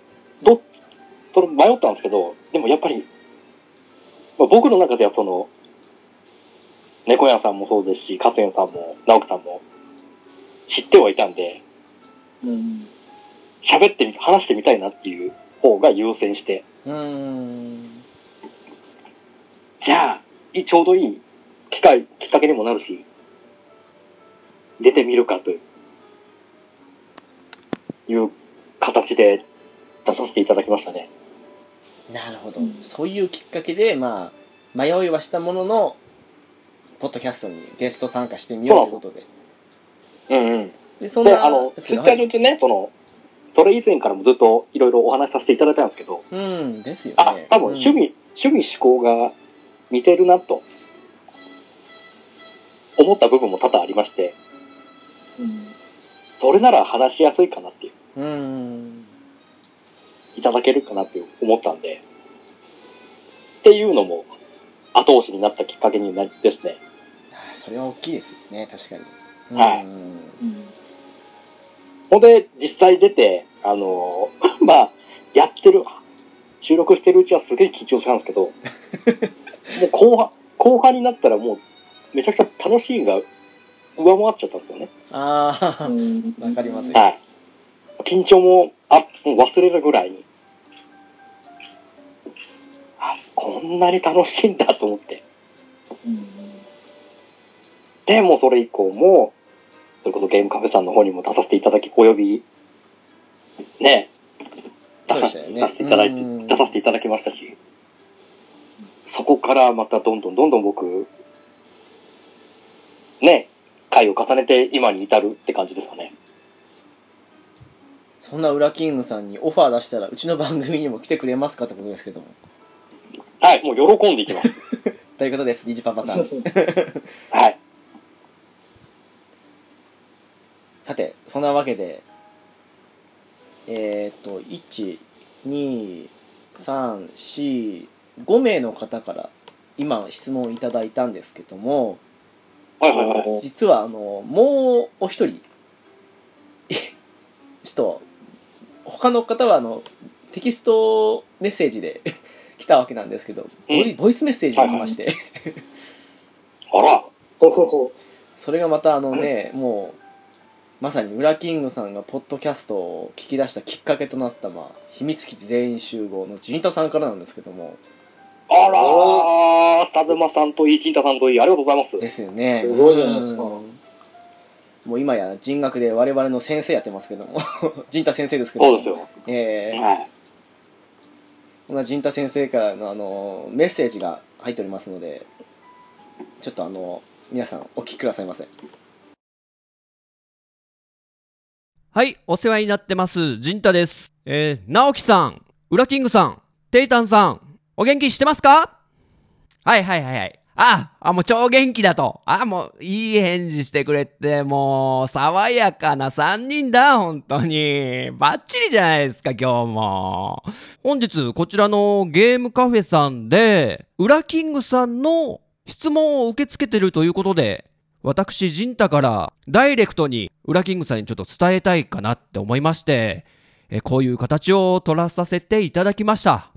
S2: ど、その迷ったんですけど、でもやっぱり、まあ、僕の中ではその、猫屋さんもそうですし、勝谷さんも、直樹さんも、知ってはいたんで、
S3: うん。
S2: 喋ってみ、話してみたいなっていう方が優先して、
S1: うーん
S2: じゃあ、いちょうどいい機会、きっかけにもなるし、出てみるかという、いう形で出させていただきましたね。
S1: なるほど、
S3: うん
S1: そういうきっかけでまあ迷いはしたもののポッドキャストにゲスト参加してみようということで
S2: うんうん。
S1: でそん
S2: で、
S1: な
S2: あの、
S1: です
S2: ツ
S1: け
S2: イ
S1: ど
S2: ッタ
S1: は
S2: ー
S1: い
S2: 上でね、その、それ以前からもずっといろいろお話しさせていただいたんですけど、
S1: うんですよね
S2: あ、多分
S1: うん
S2: 趣味、趣味思考が似てるなと、思った部分も多々ありまして、
S3: うん。
S2: それなら話しやすいかなっていう、
S1: うーん
S2: いただけるかなっていう思ったんで、っていうのも、後押しになったきっかけになりですね。
S1: あそれは大きいですよね確かにうん
S2: はい
S3: うん。
S2: ほんで、実際出て、あの ーまあ、やってる、収録してるうちはすげえ緊張したんですけど、もう後半、後半になったらもう、めちゃくちゃ楽しいが上回っちゃったんですよね。
S1: ああ、
S3: うん
S1: わかりますよ
S2: はい。緊張も、あ、もう忘れるぐらいに。あ、こんなに楽しいんだと思って。
S3: うん。
S2: で、もうそれ以降も、それこそゲームカフェさんの方にも出させていただき、お呼び、ね、
S1: そうでしたよね
S2: 出させていただいて
S1: うん
S2: 出させていただきましたし、そこからまたどんどんどんどん僕、ね、回を重ねて今に至るって感じですかね。
S1: そんな裏キングさんにオファー出したらうちの番組にも来てくれますかってことですけども
S2: はい、もう喜んでいきます。
S1: ということですニジパパさん
S2: はい。
S1: さてそんなわけでえーっと12345名の方から今質問いただいたんですけども
S2: はいはいはい。
S1: 実はあのもうお一人 ちょっと他の方はあのテキストメッセージで 来たわけなんですけどボイボイスメッセージが来まして
S2: あら。
S3: ほほほ。
S1: それがまたあのねもうまさにウラキングさんがポッドキャストを聞き出したきっかけとなった、まあ、秘密基地全員集合のジンタさんからなんですけども
S2: あらー、田妻さんといい、金太さんといい、ありがとうございます。
S1: ですよね
S3: すごいじゃないですか
S1: うんもう今や人学で我々の先生やってますけども ジンタ先生ですけど
S2: そうですよ。
S1: えー
S2: はい。
S1: こんな陣田先生からのあのメッセージが入っておりますのでちょっとあの皆さんお聞きくださいませ
S4: はい、お世話になってます、ジンタです。えー、直樹さん、ウラキングさん、テイタンさん、お元気してますかはいはいはいはい。あ、あ、もう超元気だと。あ、もういい返事してくれて、もう爽やかな3人だ、本当に。バッチリじゃないですか、今日も。本日、こちらのゲームカフェさんで、ウラキングさんの質問を受け付けてるということで、私、ジンタから、ダイレクトに、ウラキングさんにちょっと伝えたいかなって思いまして、えこういう形を取らさせていただきました。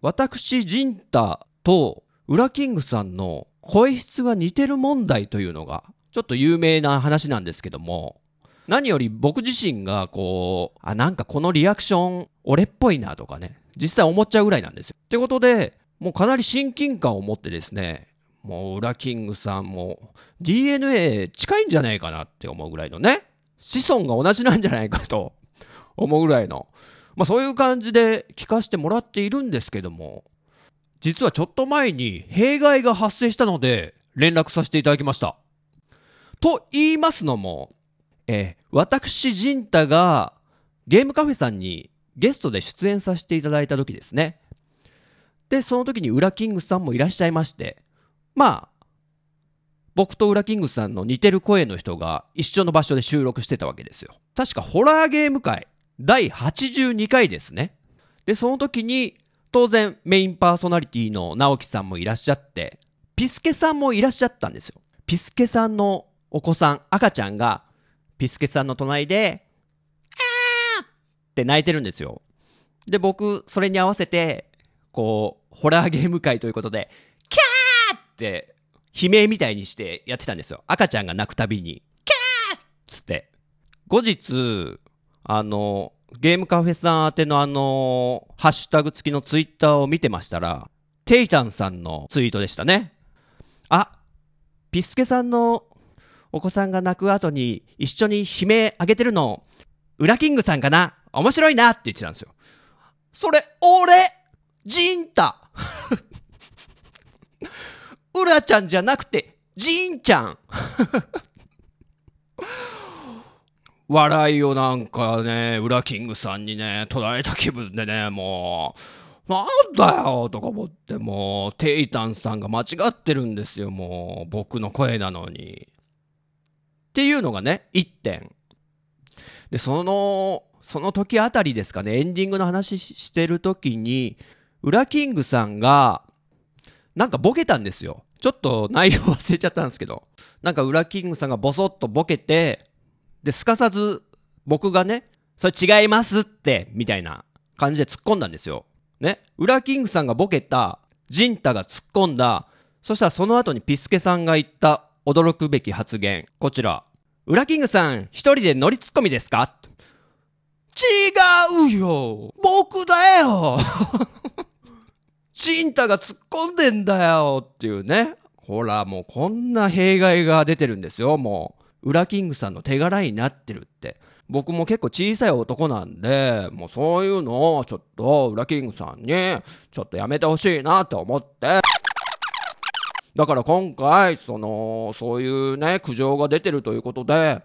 S4: 私、ジンタと、ウラキングさんの声質が似てる問題というのが、ちょっと有名な話なんですけども、何より僕自身がこう、あ、なんかこのリアクション、俺っぽいなとかね、実際思っちゃうぐらいなんですよ。ってことで、もうかなり親近感を持ってですね、もうウラキングさんも DNA 近いんじゃないかなって思うぐらいのね、子孫が同じなんじゃないかと 思うぐらいの、まあそういう感じで聞かせてもらっているんですけども、実はちょっと前に弊害が発生したので連絡させていただきました。と言いますのも、えー私、ジンタがゲームカフェさんにゲストで出演させていただいた時ですね。で、その時にウラキングさんもいらっしゃいまして、まあ、僕とウラキングさんの似てる声の人が一緒の場所で収録してたわけですよ。確かホラーゲーム会第82回ですね。で、その時に当然メインパーソナリティの直樹さんもいらっしゃって、ピスケさんもいらっしゃったんですよ。ピスケさんのお子さん、赤ちゃんがピスケさんの隣で、あーって泣いてるんですよ。で、僕、それに合わせて、こう、ホラーゲーム会ということで、キャーって、悲鳴みたいにしてやってたんですよ。赤ちゃんが泣くたびに、キャーっつって。後日、あの、ゲームカフェさん宛てのあの、ハッシュタグ付きのツイッターを見てましたら、テイタンさんのツイートでしたね。あ、ピスケさんのお子さんが泣く後に一緒に悲鳴あげてるの、ウラキングさんかな面白いなって言ってたんですよ。それ、俺ジンタウラちゃんじゃなくて、ジンちゃん 笑いをなんかね、ウラキングさんにね、取られた気分でね、もう、なんだよとか思って、もう、テイタンさんが間違ってるんですよ、もう、僕の声なのに。っていうのがね、1点。で、その、その時あたりですかね、エンディングの話ししてる時に、ウラキングさんが、なんかボケたんですよ。ちょっと内容 忘れちゃったんですけど、なんかウラキングさんがボソッとボケて、で、すかさず僕がね、それ違いますって、みたいな感じで突っ込んだんですよ。ね。ウラキングさんがボケた、ジンタが突っ込んだ、そしたらその後にピスケさんが言った驚くべき発言。こちら。ウラキングさん、一人で乗りツッコミですか違うよ僕だよジンタが突っ込んでんだよっていうね。ほら、もうこんな弊害が出てるんですよ、もう。ウラキングさんの手柄になってるって。僕も結構小さい男なんで、もうそういうのをちょっとウラキングさんにちょっとやめてほしいなと思って。だから今回、その、そういうね、苦情が出てるということで、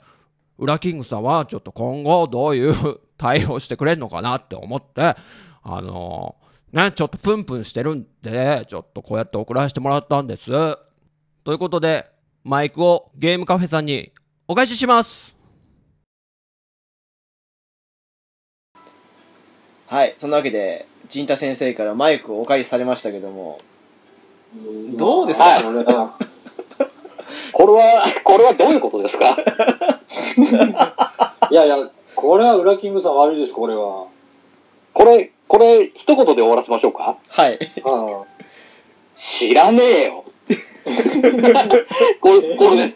S4: ウラキングさんはちょっと今後どういう 対応してくれるのかなって思って、あのね、ちょっとプンプンしてるんで、ちょっとこうやって送らせてもらったんです。ということで、マイクをゲームカフェさんにお返しします。
S1: はいそんなわけで陣田先生からマイクをお返しされましたけどもどうですか
S3: はい俺は
S2: これは、これはどういうことですか
S3: いやいや、これは裏キングさん悪いです、これは。
S2: これ、これ、一言で終わらせましょうか
S1: はい。
S3: は
S2: 知らねえよ。これ、これです。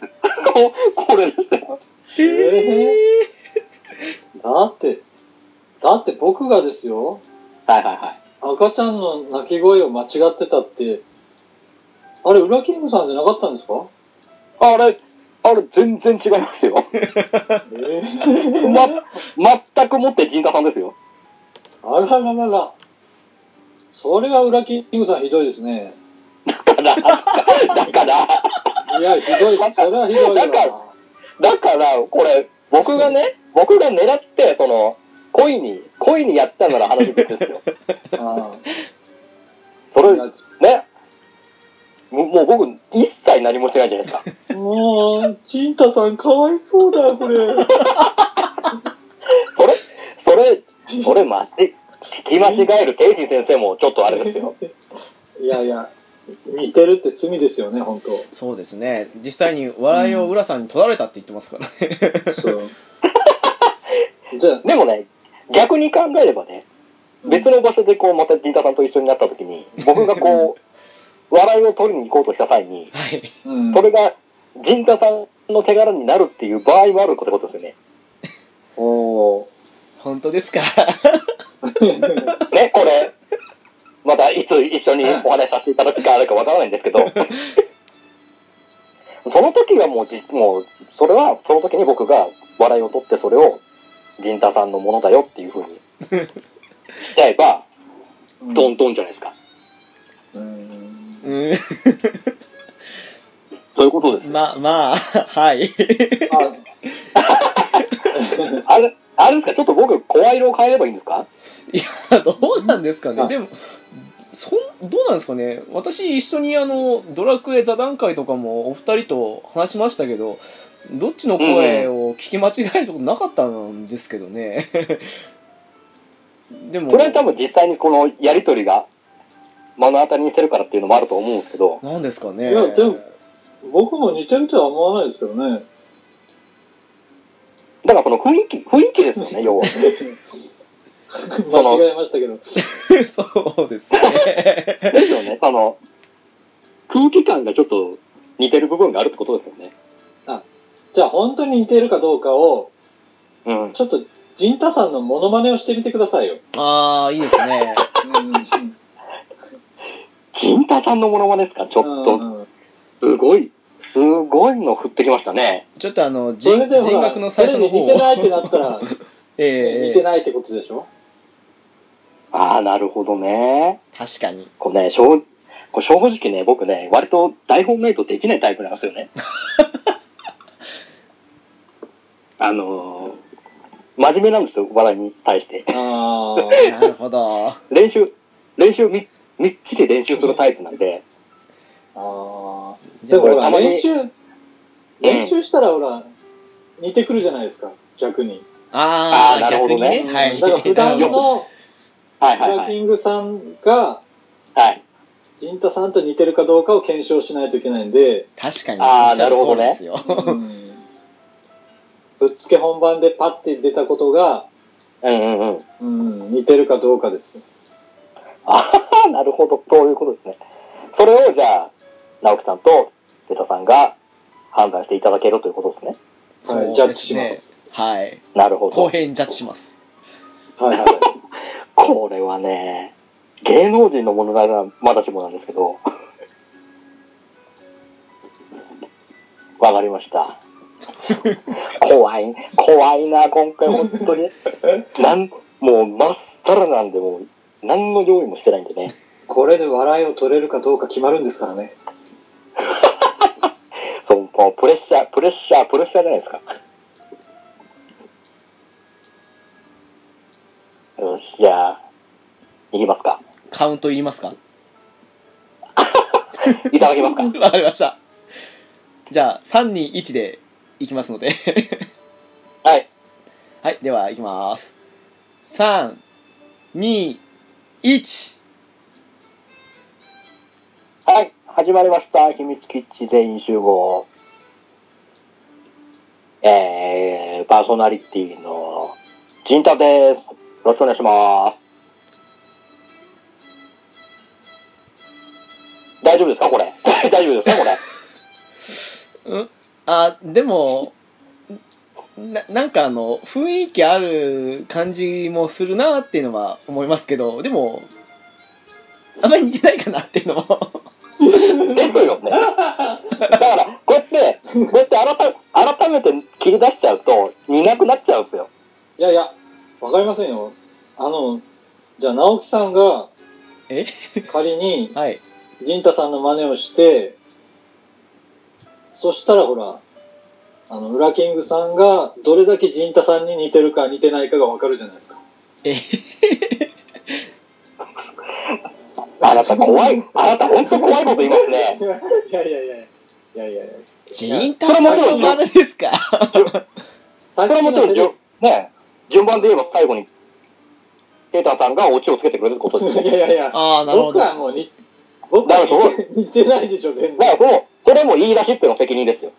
S2: ここれですよ。
S3: い。えー、だって、だって僕がですよ、
S2: はいはいはい。
S3: 赤ちゃんの泣き声を間違ってたって、あれ、裏キングさんじゃなかったんですか
S2: あれ、あれ、全然違いますよ。
S3: え
S2: ま、全くもって陣太さんですよ。
S3: あらららら。それは裏キングさんひどいですね。
S2: だから、だから、
S3: いや、ひどい、それはひどい
S2: なん
S3: な
S2: か。だから、これ、僕がね、僕が狙って、その、恋に、恋にやったなら話別ですよ。
S3: あ
S2: それ、
S3: あ
S2: ね。もうもう僕、一切何もしてないじゃないですか。
S3: もう、チンタさんかわいそうだよ、これ。
S2: それ、それ、それ、まち、聞き間違える定時先生もちょっとあれですよ。
S3: いやいや、似てるって罪ですよね、本当
S1: そうですね。実際に笑いを浦さんに取られたって言ってますからね。
S3: そう。じゃあ、
S2: でもね、逆に考えればね、別の場所でこう、また陣田さんと一緒になった時に、僕がこう、笑いを取りに行こうとした際に、
S1: はい。
S3: うん
S2: それが陣田さんの手柄になるっていう場合もあるってことですよね。
S3: おー
S1: 本当ですか
S2: ね、これ、またいつ一緒にお話しさせていただくかあるかわからないんですけ ど、その時はもうじ、もう、それは、その時に僕が笑いを取って、それを、陣田さんのものだよっていうふうに、しちゃえば、ドンドンじゃないですか。
S3: うん
S1: うん。
S2: そういうことです。
S1: ま、まあ、はい。
S3: あ、
S2: あれ、あれですかちょっと僕、声色を変えればいいんですか
S1: いや、どうなんですかね。
S3: あ
S1: でも、そん、どうなんですかね。私、一緒にあの、ドラクエ座談会とかもお二人と話しましたけど、どっちの声を聞き間違えることなかったんですけどね。 でも、
S2: それは多分実際にこのやりとりが、目の当たりにしてるからっていうのもあると思うんですけど、
S1: なんですかね。
S3: いやでも僕も似てるとは思わないですけどね。
S2: だからその雰囲気、雰囲気ですよ ね、要は。
S3: 間違えましたけど。
S1: そうですね。
S2: ですよね。あの、空気感がちょっと似てる部分があるってことですよね。
S3: じゃあ、本当に似てるかどうかを、
S2: うん。
S3: ちょっと、ジンタさんのモノマネをしてみてくださいよ。
S1: ああ、いいですね。
S3: ち
S2: 金太さんのものまねですかちょっと、すごい、すごいの振ってきましたね。
S1: ちょっとあの、
S3: そ
S1: 人
S3: れでほ
S1: 人
S3: ら、
S1: 格の最初の方
S3: それで似てないってなったら、
S1: え
S3: 似
S1: え
S3: てないってことでしょ
S2: ああ、なるほどね。
S1: 確かに。
S2: これね、正これ正直ね、僕ね、割と台本ないとできないタイプなんですよね。あのー真面目なんですよ、笑いに対して。
S3: あ
S1: なるほど。
S2: 練習、練習み、みっちり練習するタイプなんで、
S3: あ。ああ。
S1: じ
S3: で
S1: ゃあ
S3: も
S2: これ
S3: ほ
S2: た
S3: ら、
S2: まに
S3: 練習、練習したらほら、似てくるじゃないですか、逆に。
S1: あー
S2: あーなるほどね
S1: 逆にね。はい。
S3: だから普 段
S1: なるほど
S3: の
S2: はい
S3: ク
S2: はい
S3: ラ
S2: は
S3: ッキ
S2: い。
S3: ングさんが、
S2: はい。
S3: ジンタさんと似てるかどうかを検証しないといけないんで、
S1: 確かに。
S2: あー
S1: おっしゃ通りですよ。
S3: うんぶっつけ本番でパッて出たことが、
S2: うんうんうん。
S3: うん、似てるかどうかです。
S2: ああ、 なるほど、そういうことですね。それをじゃあ、直樹さんと瀬田さんが判断していただけるということですね。
S1: そうです
S3: は
S1: ね
S3: い、ジャッジします。
S1: はい。
S2: なるほ
S1: 公
S2: ど。
S1: 平にジャッジします。
S3: はいはい。
S2: これはね、芸能人のものならまだしもなんですけど。わかりました。怖い、怖いな、今回、本当に。なん、もう、まっさらなんで、もう、何の用意もしてないんでね。
S3: これで笑いを取れるかどうか決まるんですからね。
S2: そう、もうプレッシャー、プレッシャー、プレッシャーじゃないですか。よし、じゃあ、いきますか。
S1: カウントいりますか
S2: いただきますか。
S1: わかりました。じゃあ、3、2、1でいきますので。
S2: はい。
S1: はい、では、いきます。3、2、1。
S2: はい、始まりました。秘密基地全員集合。えー、パーソナリティの陣太です。よろしくお願いします。大丈夫ですかこれ。 大丈夫ですかこ
S1: う
S2: れ。
S1: んあでもななんかあの雰囲気ある感じもするなっていうのは思いますけどでもあんまり似てないかなっていうのも
S2: ですよね。だから、こうやって、こうやって改め改めて切り出しちゃうと、苦くなっちゃうんですよ。
S3: いやいや、わかりませんよ。あの、じゃあ、直樹さんが
S1: え
S3: 仮に
S1: はい
S3: 仁太さんの真似をして、そしたらほら、あの、ウラキングさんがどれだけ仁太さんに似てるか似てないかがわかるじゃないですか。
S1: え
S2: あなた怖 い。あなた本当怖いこと言いますね
S3: い。やいやいやいやいやいや。
S1: ジンタさんの丸ですか
S3: さっ
S2: それは
S3: き
S2: も
S3: の
S2: ちろん
S3: セ
S2: じゅん、
S3: リ
S2: ね、順番で言えば最後に、ケータさんがオチをつけてくれることです
S3: フい
S2: ね。
S3: やいやいや、
S1: ああなるほ
S3: 僕
S1: ど
S3: はもう似、僕は似て似てないでしょ、全
S2: だ
S3: 然。
S2: からその、それも言い出しっぺの責任ですよ。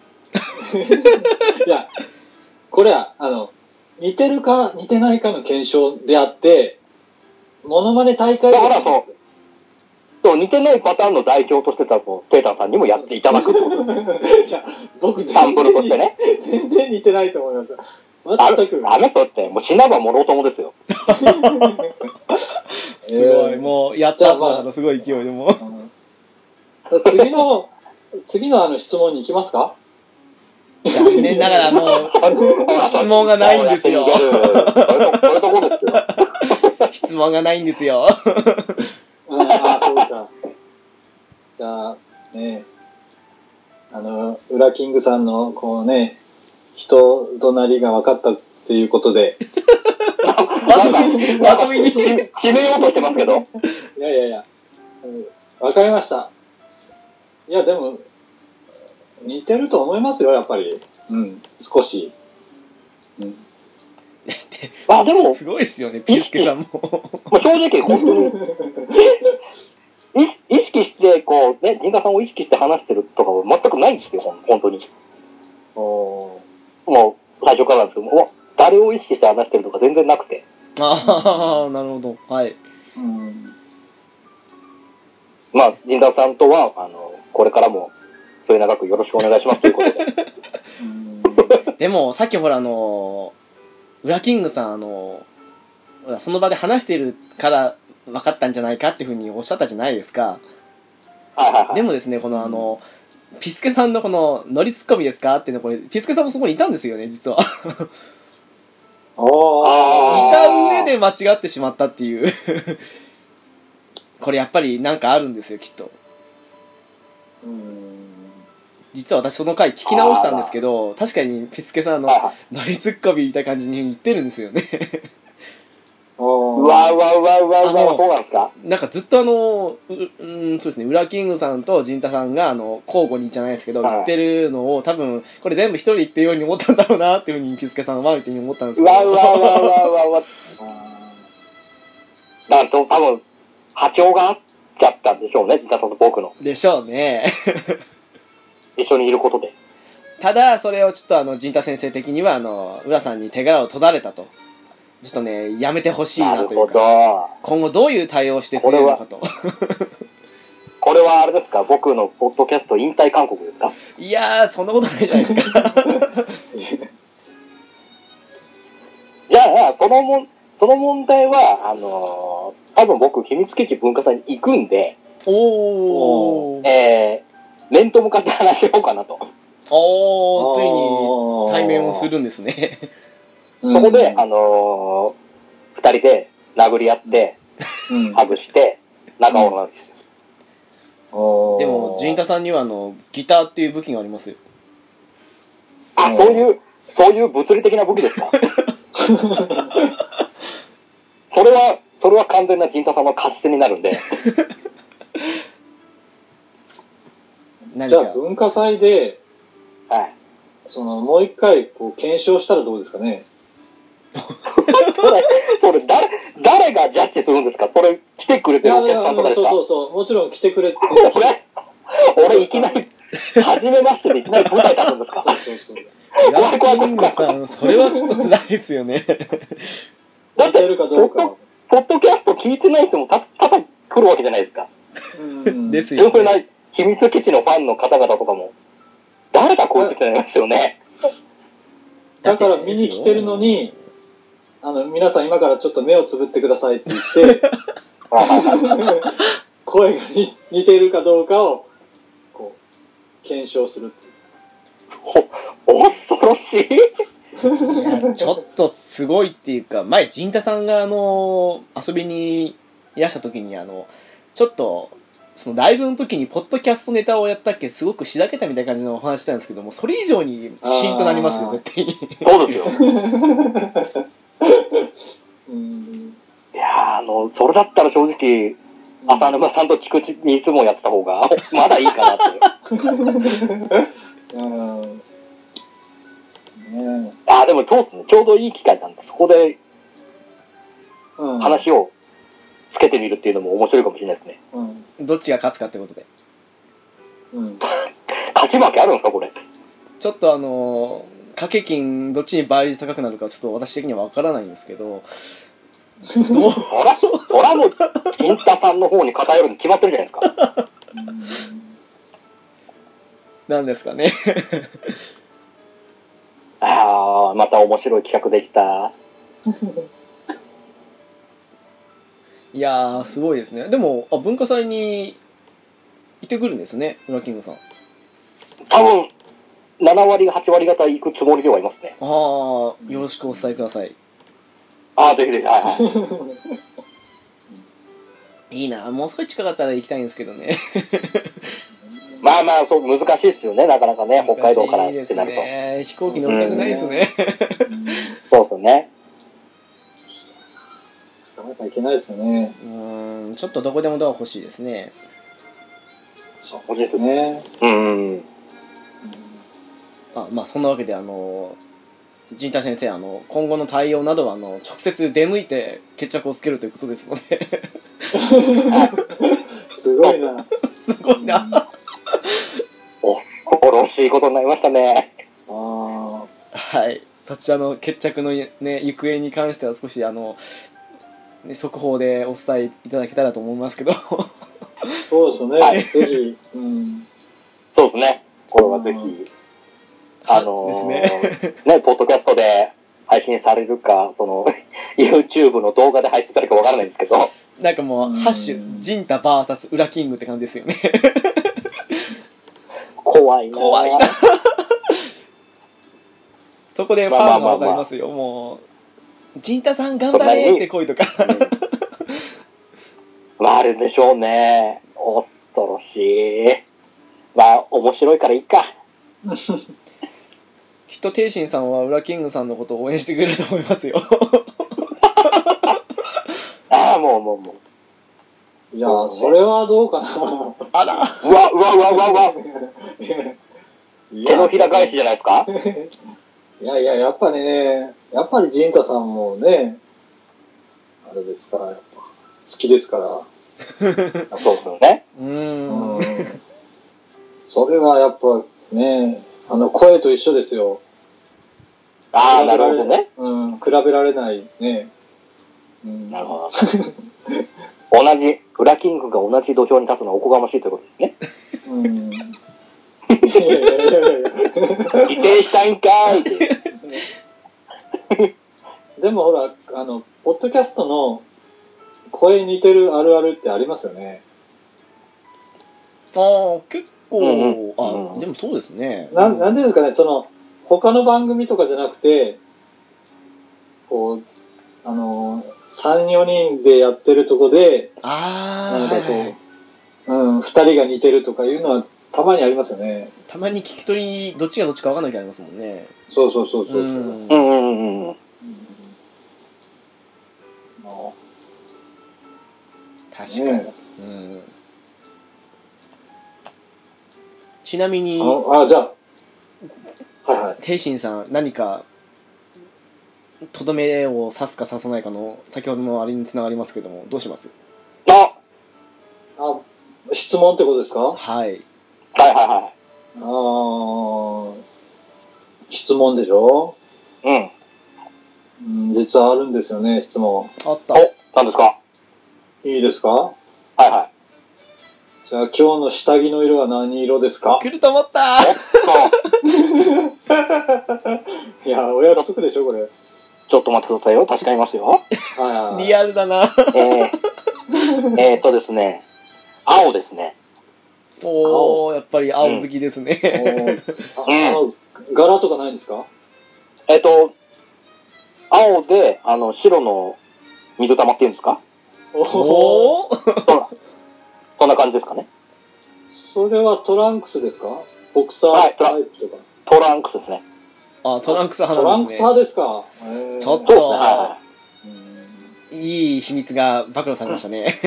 S3: いや、これは、あの、似てるか似てないかの検証であって、モノマネ大会
S2: だからその、そう似てないパターンの代表としてたと、ケータさんにもやっていただくってこと。
S3: いや、僕全
S2: サンプルと
S3: 然
S2: してね。
S3: 全然似てないと思いますよ。
S2: あ
S3: 全く。
S2: あの人って、もう死なばもろともですよ。
S1: すご
S3: え
S1: い
S3: ー
S1: もうやった後なのすごい勢いでもう
S3: うん次の、次のあの質問に行きますか
S1: 残念ながらもう質問がないんです よ
S2: こういうとこういうとこですよ。
S1: 質問がないんですよ
S3: うんああ、そうか。じゃあ、ねあの、ウラキングさんの、こうね、人となりが分かったっていうことで、
S2: なんか、
S1: まとめに
S2: 締めようとしてますけど。
S3: いやいやいや、分かりました。いや、でも、似てると思いますよ、やっぱり。うん、少し。うん、
S2: あ、でも、もう
S1: すごいっすよねピースケさんも
S2: 正直、本当に、意識意識して、こう、ね、銀河さんを意識して話してるとかは全くないんですよ、ほん本当に。
S3: おー
S2: もう、最初からなんですけど、もうわ誰を意識して話してるとか全然なくて。
S1: ああなるほどはい
S3: うん
S2: まあ、銀河さんとは、あの、これからも、末永くよろしくお願いしますということで。
S3: うん
S1: でもさっきほらあのウラキングさんあのほらその場で話してるから分かったんじゃないかっていうふうにおっしゃったじゃないですか
S2: はいはいはい。
S1: でもですねこのあのピスケさんのこの「ノリツッコミですか?」っていうのこれピスケさんもそこにいたんですよね実はい
S3: あ
S2: あー
S1: た上で間違ってしまったっていう これやっぱりなんかあるんですよきっと
S3: ーうん
S1: 実は私その回聞き直したんですけど確かにピスケさんあの
S2: はいはい
S1: 「ノリツッコミ」みたいな感じに言ってるんですよね
S3: あー
S2: うわうわうわうわう
S1: あも
S2: わ、
S1: う
S2: そうなんですか
S1: なんかずっとあのううんそうですねウラキングさんとジンタさんがあの交互にじゃないですけど
S2: はい
S1: 言ってるのを多分これ全部一人で言ってるように思ったんだろうなっていうふうにピスケさんはみたいに思ったんです
S2: う
S1: けど
S2: わうわうわうわうわうわ。
S3: あ
S2: なんと、多分、波長が合っちゃったんでしょうね、自他さんと僕の。
S1: でしょうね
S2: 一緒にいることで。
S1: ただそれをちょっとあのジンタ先生的にはあのウラさんに手柄を取られたとちょっとねやめてほしい
S2: な
S1: な
S2: る
S1: という
S2: ほど
S1: か。今後どういう対応をしてくれるのか と
S2: これはあれですか僕のポッドキャスト引退勧告ですか
S1: いやーそんなことないじゃない ですか
S2: じゃあ、このもん、その問題は、あのー多分僕、秘密基地文化祭に行くんで、
S1: おーおー
S2: えー、面と向かって話しようかなと。
S1: おついに対面をす
S3: る。
S1: るんですね
S3: そ
S2: そこで、あのー二人で殴り合って、
S3: うん
S2: ハグして、仲直りなんですよ。
S1: でもジンタさんにはあのギターっていう武器がありますよ
S2: あ、そういう、そういう物理的な武器です かそれは、それは完全な陣太さんの勝ち手になるんで、
S1: 何
S3: じゃ
S1: か
S3: あ文化祭で、
S2: はい。
S3: その、もう一回、こう、検証したらどうですかね。
S2: それ、それ誰、誰がジャッジするんですかそれ、来てくれ
S3: い
S2: てる
S3: や
S2: お
S3: いや
S2: 客さんとか
S3: そう
S2: ですか
S3: そうそう。もちろん来てくれて、
S2: それ俺いきなり、初めましてでいきなり舞台立つんですか
S3: そうそう。
S2: 怖い怖い
S1: ラッキングさん、それはちょっと辛いですよね。
S2: だ
S3: 似
S2: って
S3: てるかどうかは。
S2: ポッドキャスト聞いてない人もた、ただ来るわけじゃないですか。
S3: うん
S1: ですよ
S2: 純粋な
S1: ね。
S2: 秘密基地のファンの方々とかも、誰がこいつってなりますよ ね。
S3: だから見に来てるのに、あの、皆さん今からちょっと目をつぶってくださいって言って、声がに似ているかどうかを、こう、検証するっていう。
S2: お恐ろしい。
S1: いやちょっとすごいっていうか前陣太さんがあの遊びにいらした時にあのちょっとそのライブの時にポッドキャストネタをやったっけすごくしだけたみたいな感じのお話したんですけどもそれ以上にシーンとなりますよ
S3: あー
S1: 絶対に
S2: そうですよ。
S3: うん。
S2: いやーあの、それだったら正直、浅沼さんと菊池にいつもやってた方が、 まだいいかなって。
S3: うん。ね
S2: ああ、でもそうですね。ちょうどいい機会なんで、そこで
S3: え。うん。。
S2: 話をつけてみるっていうのも面白いかもしれないですね。
S3: うん。
S1: どっちが勝つかってことで
S3: うん。
S2: 勝ち負けあるんですか、これ。
S1: ちょっとあの掛け金どっちに倍率高くなるかちょっと私的には分からないんですけど どう
S2: そ ら、そらもう、金太さんの方に偏るに決まってるじゃないですか。
S1: なんですかね
S2: ああ、また面白い企画できた。
S1: いやーすごいですねでもあ文化祭に行ってくるんですね裏キングさん
S2: 多分、7割、8割方行くつもりではいますね。
S1: ああ、よろしくお伝えください。
S2: ああ、ぜひぜひ、は いはい。
S1: いいな、もう少し近かったら行きたいんですけどね。
S2: まあまあ、そう、難しいですよね、なかなかね、北海道からっ
S1: 難しいで
S2: て
S1: す
S2: なると。
S1: ね。飛行機乗りたくないですね。
S2: そうですよね。
S3: なかなかいけないですよね。
S1: うーん、ちょっとどこでもドア欲しいですね。
S3: そ
S2: 欲しいですね。
S3: ね。
S2: うんうん。
S1: あまあ、そんなわけで、あの、陣太先生、あの、今後の対応などは、あの、直接出向いて決着をつけるということですので、
S3: すごいな。
S1: すごいな。
S2: 恐ろしいことになりましたね。
S3: ああ。
S1: はい。そちらの決着のね、行方に関しては少し、あの、ね速報でお伝えいただけたらと思いますけど。
S3: そうですね。
S2: はい
S3: ぜひ。うん。
S2: そうですね。これはぜひ、あ の
S1: です
S2: ー
S1: ね。
S2: ね、ポッドキャストで配信されるか、その、YouTube の動画で配信されるかわからないんですけど、
S1: なんかもう、
S3: うん
S1: ハッシュ、ジンタ VS ウラキングって感じですよね。
S2: 怖いなぁ
S1: 怖いなそこでファン
S2: ま
S1: が
S2: あまあまあ
S1: わかりますよ。もう、ジンタさん頑張れって声とか。
S2: うんまあ、あれでしょうね。恐ろしい。まあ、面白いからいいか。
S1: きっと、天心さんはウラキングさんのことを応援してくれると思いますよ。
S2: ああ、もうもうも
S3: いやー、それはどうかな。
S1: あら
S2: う。うわ、うわ、うわ、うわ、うわ。
S3: いや
S2: 手のひら返しじゃないですか
S3: いやいや、やっぱりね、やっぱり陣太さんもね、あれですから、やっぱ好きですから。
S2: そうですよね。
S1: うー。
S3: うんん。それはやっぱね、あの声と一緒ですよ。
S2: ああ、なるほどね。。
S3: うん、比べられないね。うん
S2: なるほど。同じ、フラキングが同じ土俵に立つのはおこがましいということですね。
S3: うん。いやいやいやいや
S2: 否定したいんかーいっていう。
S3: でもほら、あの、ポッドキャストの声似てるあるあるってありますよね。
S1: ああ、結構、
S2: うんうん
S1: あ、でもそうですね。
S3: ななんでですかね、その、他の番組とかじゃなくて、こう、あの、3、4人でやってるとこで、な
S1: あ
S3: ん
S1: あ、
S3: かこう、うん、2人が似てるとかいうのはたまにありますよね。
S1: たまに聞き取り、どっちがどっちか分かんない時ありますもんね。
S3: そうそうそうそうう。
S1: ん
S2: う。んうんうんうん。
S3: あ
S1: 確かに
S3: ね。
S1: うん。ちなみに、
S3: ああ、じゃあ、はいはい。
S1: 天心さん何かとどめを刺すか刺さないかの先ほどのあれにつながりますけどもどうします
S2: あ
S3: あ、質問ってことですか
S1: はい
S2: はいは
S3: あー質問でしょ
S2: いはい。うん。
S3: うん、実はあるんですよね、質問。
S1: あった。
S2: お、何ですか
S3: いいですか
S2: はいはい。
S3: じゃあ今日の下着の色は何色ですか
S1: 来ると思った
S2: おっと、
S3: いや、お約束でしょ、これ。はい
S2: ちょっと待ってくださいよ。確かめますよ。
S3: はいはい
S1: リアルだな。
S2: えー、 えーっとですね、青ですね。
S1: おー、やっぱり青好きです
S3: お
S1: ね。
S3: ーああの柄とかないんですか
S2: えーっと、青で、あの、白の水玉っていうんですか
S3: おお
S1: おー
S2: そんな感じですかね。
S3: それはトランクスですかボクサ
S2: はい
S3: ー
S2: トラ
S3: タイプとか。
S2: トランクスですね。
S1: あ、トランクス
S3: トラ
S1: 派な
S3: ン
S1: ん
S3: ク
S1: で
S3: ス
S1: すね。
S3: 派ですかへー
S1: ちょっ
S2: そうですね。
S1: と
S2: はい
S3: うん
S1: いい秘密が暴露されました ね。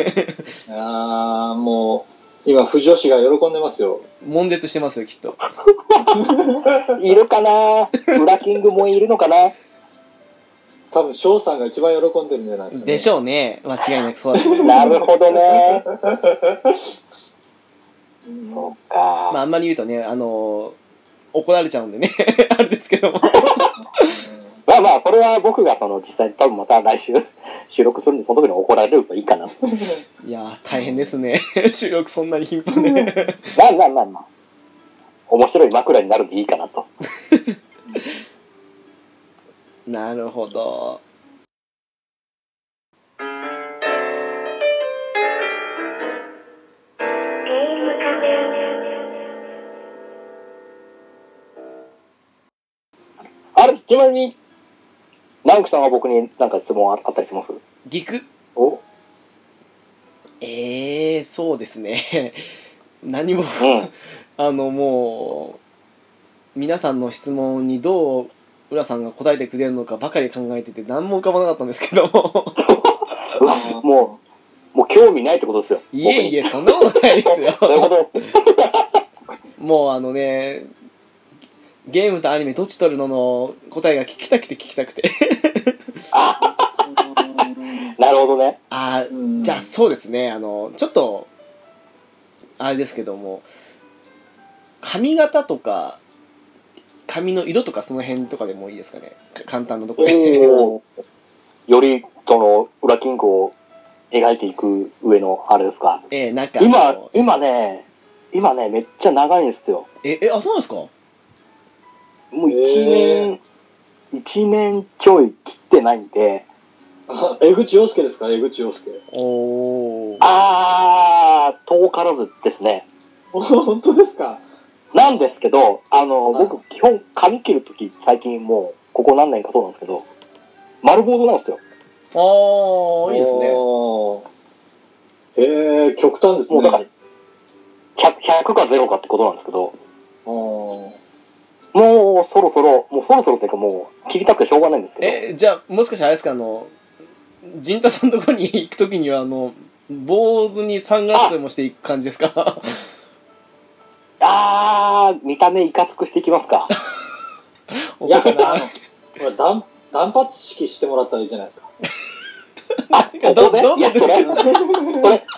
S3: ああ、もう、今、不女子が喜んでますよ。
S1: 悶絶してますよ、きっと。
S2: はい。いるかなウラキングもいるのか な
S3: 多分、翔さんが一番喜んでるんじゃないですか、
S1: でし
S3: ょ
S1: ょうね。間違いなくそうだと 思います
S2: なるほどね。そっ
S1: まあ、
S2: か。
S1: あんまり言うとね、あのー怒られちゃうんでね。 あれですけど も。
S2: まあまあ、これは僕がその実際に多分また来週 収録するんで、その時に怒られるといいかな。
S1: いやー、大変ですね。 収録そんなに頻繁で。
S2: まあまあまあまあ。面白い枕になるんでいいかなと。
S1: なるほど。
S2: あれ、ちなみに、ナンクさんは僕になんか質問あったりします
S1: ギク
S3: お
S1: えー、そうですね。 何も、
S2: うん。
S1: あの、もう、皆さんの質問にどう、浦さんが答えてくれるのかばかり考えてて、何も浮かばなかったんですけども。
S2: うわ もう、もう興味ないってことですよ。
S1: いえいえ、そんなことないですよ。
S2: 僕に。 そういうこと。
S1: もうあのね、ゲームとアニメどっち取るのの答えが聞きたくて聞きたく て。
S2: なるほどね。
S1: あ
S3: う
S1: ー
S3: ん
S1: じゃあそうですね、あの、ちょっと、あれですけども、髪型とか、髪の色とかその辺とかでもいいですかね。か簡単なところで。
S2: おーより、その、裏キングを描いていく上の、あれですか。
S1: ええなんかあ
S2: 今
S1: の、
S2: 今ね、今ね、めっちゃ長いんですよ。
S1: え、え、あ、そうなんですか
S2: もう一
S3: へ
S2: 年、一年ちょい切ってないんで、
S3: あ江口洋介ですか江口洋介。
S1: おー。
S2: あー、遠からずですね。
S3: お本当ですか
S2: なんですけど、あの、
S3: はい
S2: 僕、基本、髪切るとき、最近もう、ここ何年かそうなんですけど、丸坊主なんですよ。
S1: あー、いいですね。
S3: おー。へえ、極端です
S2: もう
S3: ね。
S2: だから、100, 100か0かってことなんですけど、
S3: おー
S2: もうそろそろ、もうそろそろっていうかもう、切りたくてしょうがないんですけ
S1: え、じゃあ、もしかしてあれですか、あの、陣太さんのとこに行くときには、あの、坊主にサングラスでもしていく感じです か
S2: ど、あー、見た目いかつくしていきます か。
S1: お
S3: いや、
S1: か
S3: あ
S1: かな
S3: の、ほら断断髪式してもらったらいいじゃないですか。
S2: あ、こ
S1: ど
S2: こで
S1: ど
S2: いや、それ、それ、そ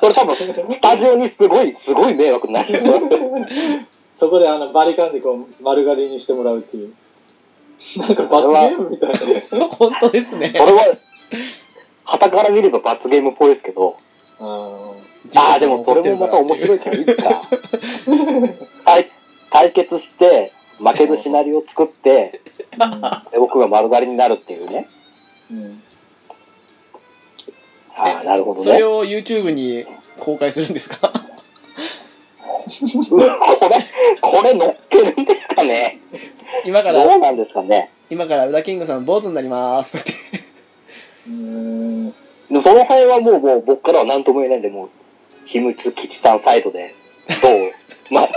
S2: れ多分、スタジオにすごい、すごい迷惑になる。
S3: そこであのバリカンでこう丸刈りにしてもらうっていう。なんか罰ゲームみたい な。
S1: 本当ですね。
S2: それは、旗から見れば罰ゲームっぽいですけど、
S3: あ
S2: ああ、でもそれもまた面白いからいいか。 対対決して、負けるシナリオを作って、
S3: ー
S2: で僕が丸刈りになるっていうね。
S3: うんうん
S2: ああ、なるほど
S1: それ
S2: ね。
S1: を YouTube に公開するんですか
S2: うわこれ、これ乗っけるんですかね
S1: 今か
S2: ど
S1: ら
S2: う、なんですかね
S1: 今から裏キングさん坊主になります って。
S3: うーん。
S2: でもその辺はもうもう僕からは何とも言えないんで、もう、秘密基地さんサイドで、どう、 まあ、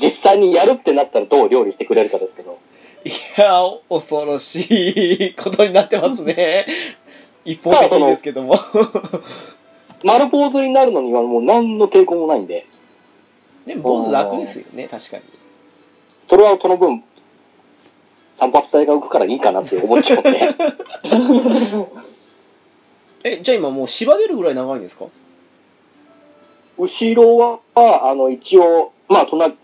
S2: 実際にやるってなったらどう料理してくれるかですけど。
S1: いやー、恐ろしいことになってます ね。一方的にですけども。
S2: 丸坊主になるのにはもう何の抵抗もないんで、
S1: でも坊主楽ですよね、確かに。
S2: それはその分、散髪体が浮くからいいかなって思っちゃうん で。
S1: え、じゃあ今もう芝出るぐらい長いんですか
S2: 後ろは、あの、一応、まあ、そんながっ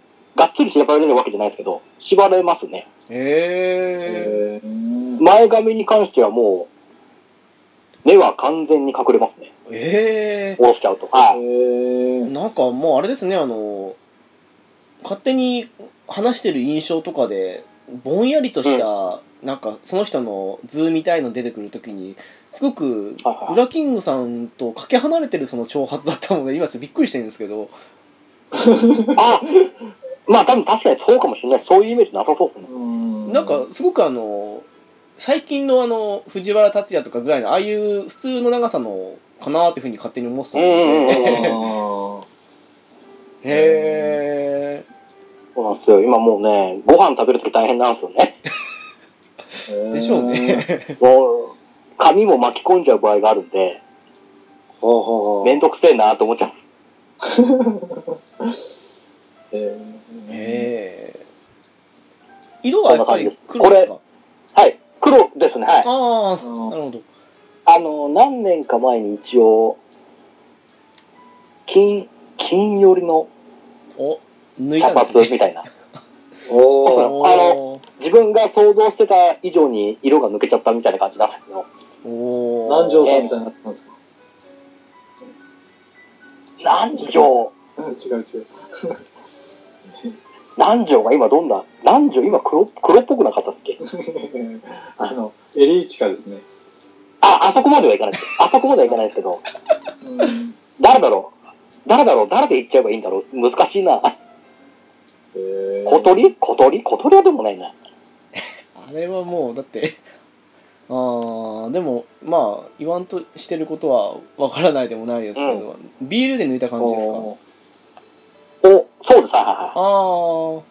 S2: つり縛られるわけじゃないですけど、縛られますね。
S1: え
S3: えー
S2: 前髪に関してはもう、目は完全に隠れますね。
S1: ー、え
S2: 下ろしちゃうと。はい。
S3: え
S1: ー、
S3: ー
S1: なんかもうあれですねあの勝手に話してる印象とかでぼんやりとした、なんかその人の図みたいの出てくるときにすごく
S2: はいはい
S1: ウラキングさんとかけ離れてるその挑発だったので今ちょっとびっくりしてるんですけど
S2: あ、まあ多分確かにそうかもしれない。そういうイメージなさそうですね。
S3: うん
S1: なんかすごくあの最近のあの藤原竜也とかぐらいのああいう普通の長さのかなーっていうふうに勝手に思ってたの
S2: うんうんうん
S1: で
S3: あ
S1: へ
S2: そうなんですよ。今もうね、ご飯食べるとき大変なんですよね。
S3: ー
S1: ーでしょうね。
S2: もう、髪も巻き込んじゃう場合があるんで、
S3: はあはあ
S2: めんどくせえなと思っちゃう。
S3: えー
S1: へえ色はやっぱり黒ですか
S2: はい。黒ですね。はい。
S1: ああ
S3: うん
S1: なるほど
S2: あの、何年か前に一応、金、金寄りの
S1: お抜いた
S2: 茶
S1: んです
S2: 髪み
S1: ね
S2: たいな。
S3: お ー
S2: そうあの自分が想像してた以上に色が抜けちゃったみたいな感じなんですけど、
S1: おお
S3: 南條さんみたいになってますか、
S2: 南條、
S3: 違う違う。
S2: 南條が今どんな、南條今黒黒っぽくなかったっすっけ
S3: あの、エリーチカですね。
S2: あ、あそこまではいかないです。あそこまではいかないですけど、
S3: うん
S2: 誰だろう誰だろう誰で言っちゃえばいいんだろう難しいな。
S3: えー
S2: 小鳥小鳥小鳥はでもないな。
S1: あれはもうだって ああでもまあ言わんとしてることはわからないでもないですけど、ビールで抜いた感じですか
S3: お
S2: お、そうです。はいは
S1: ああ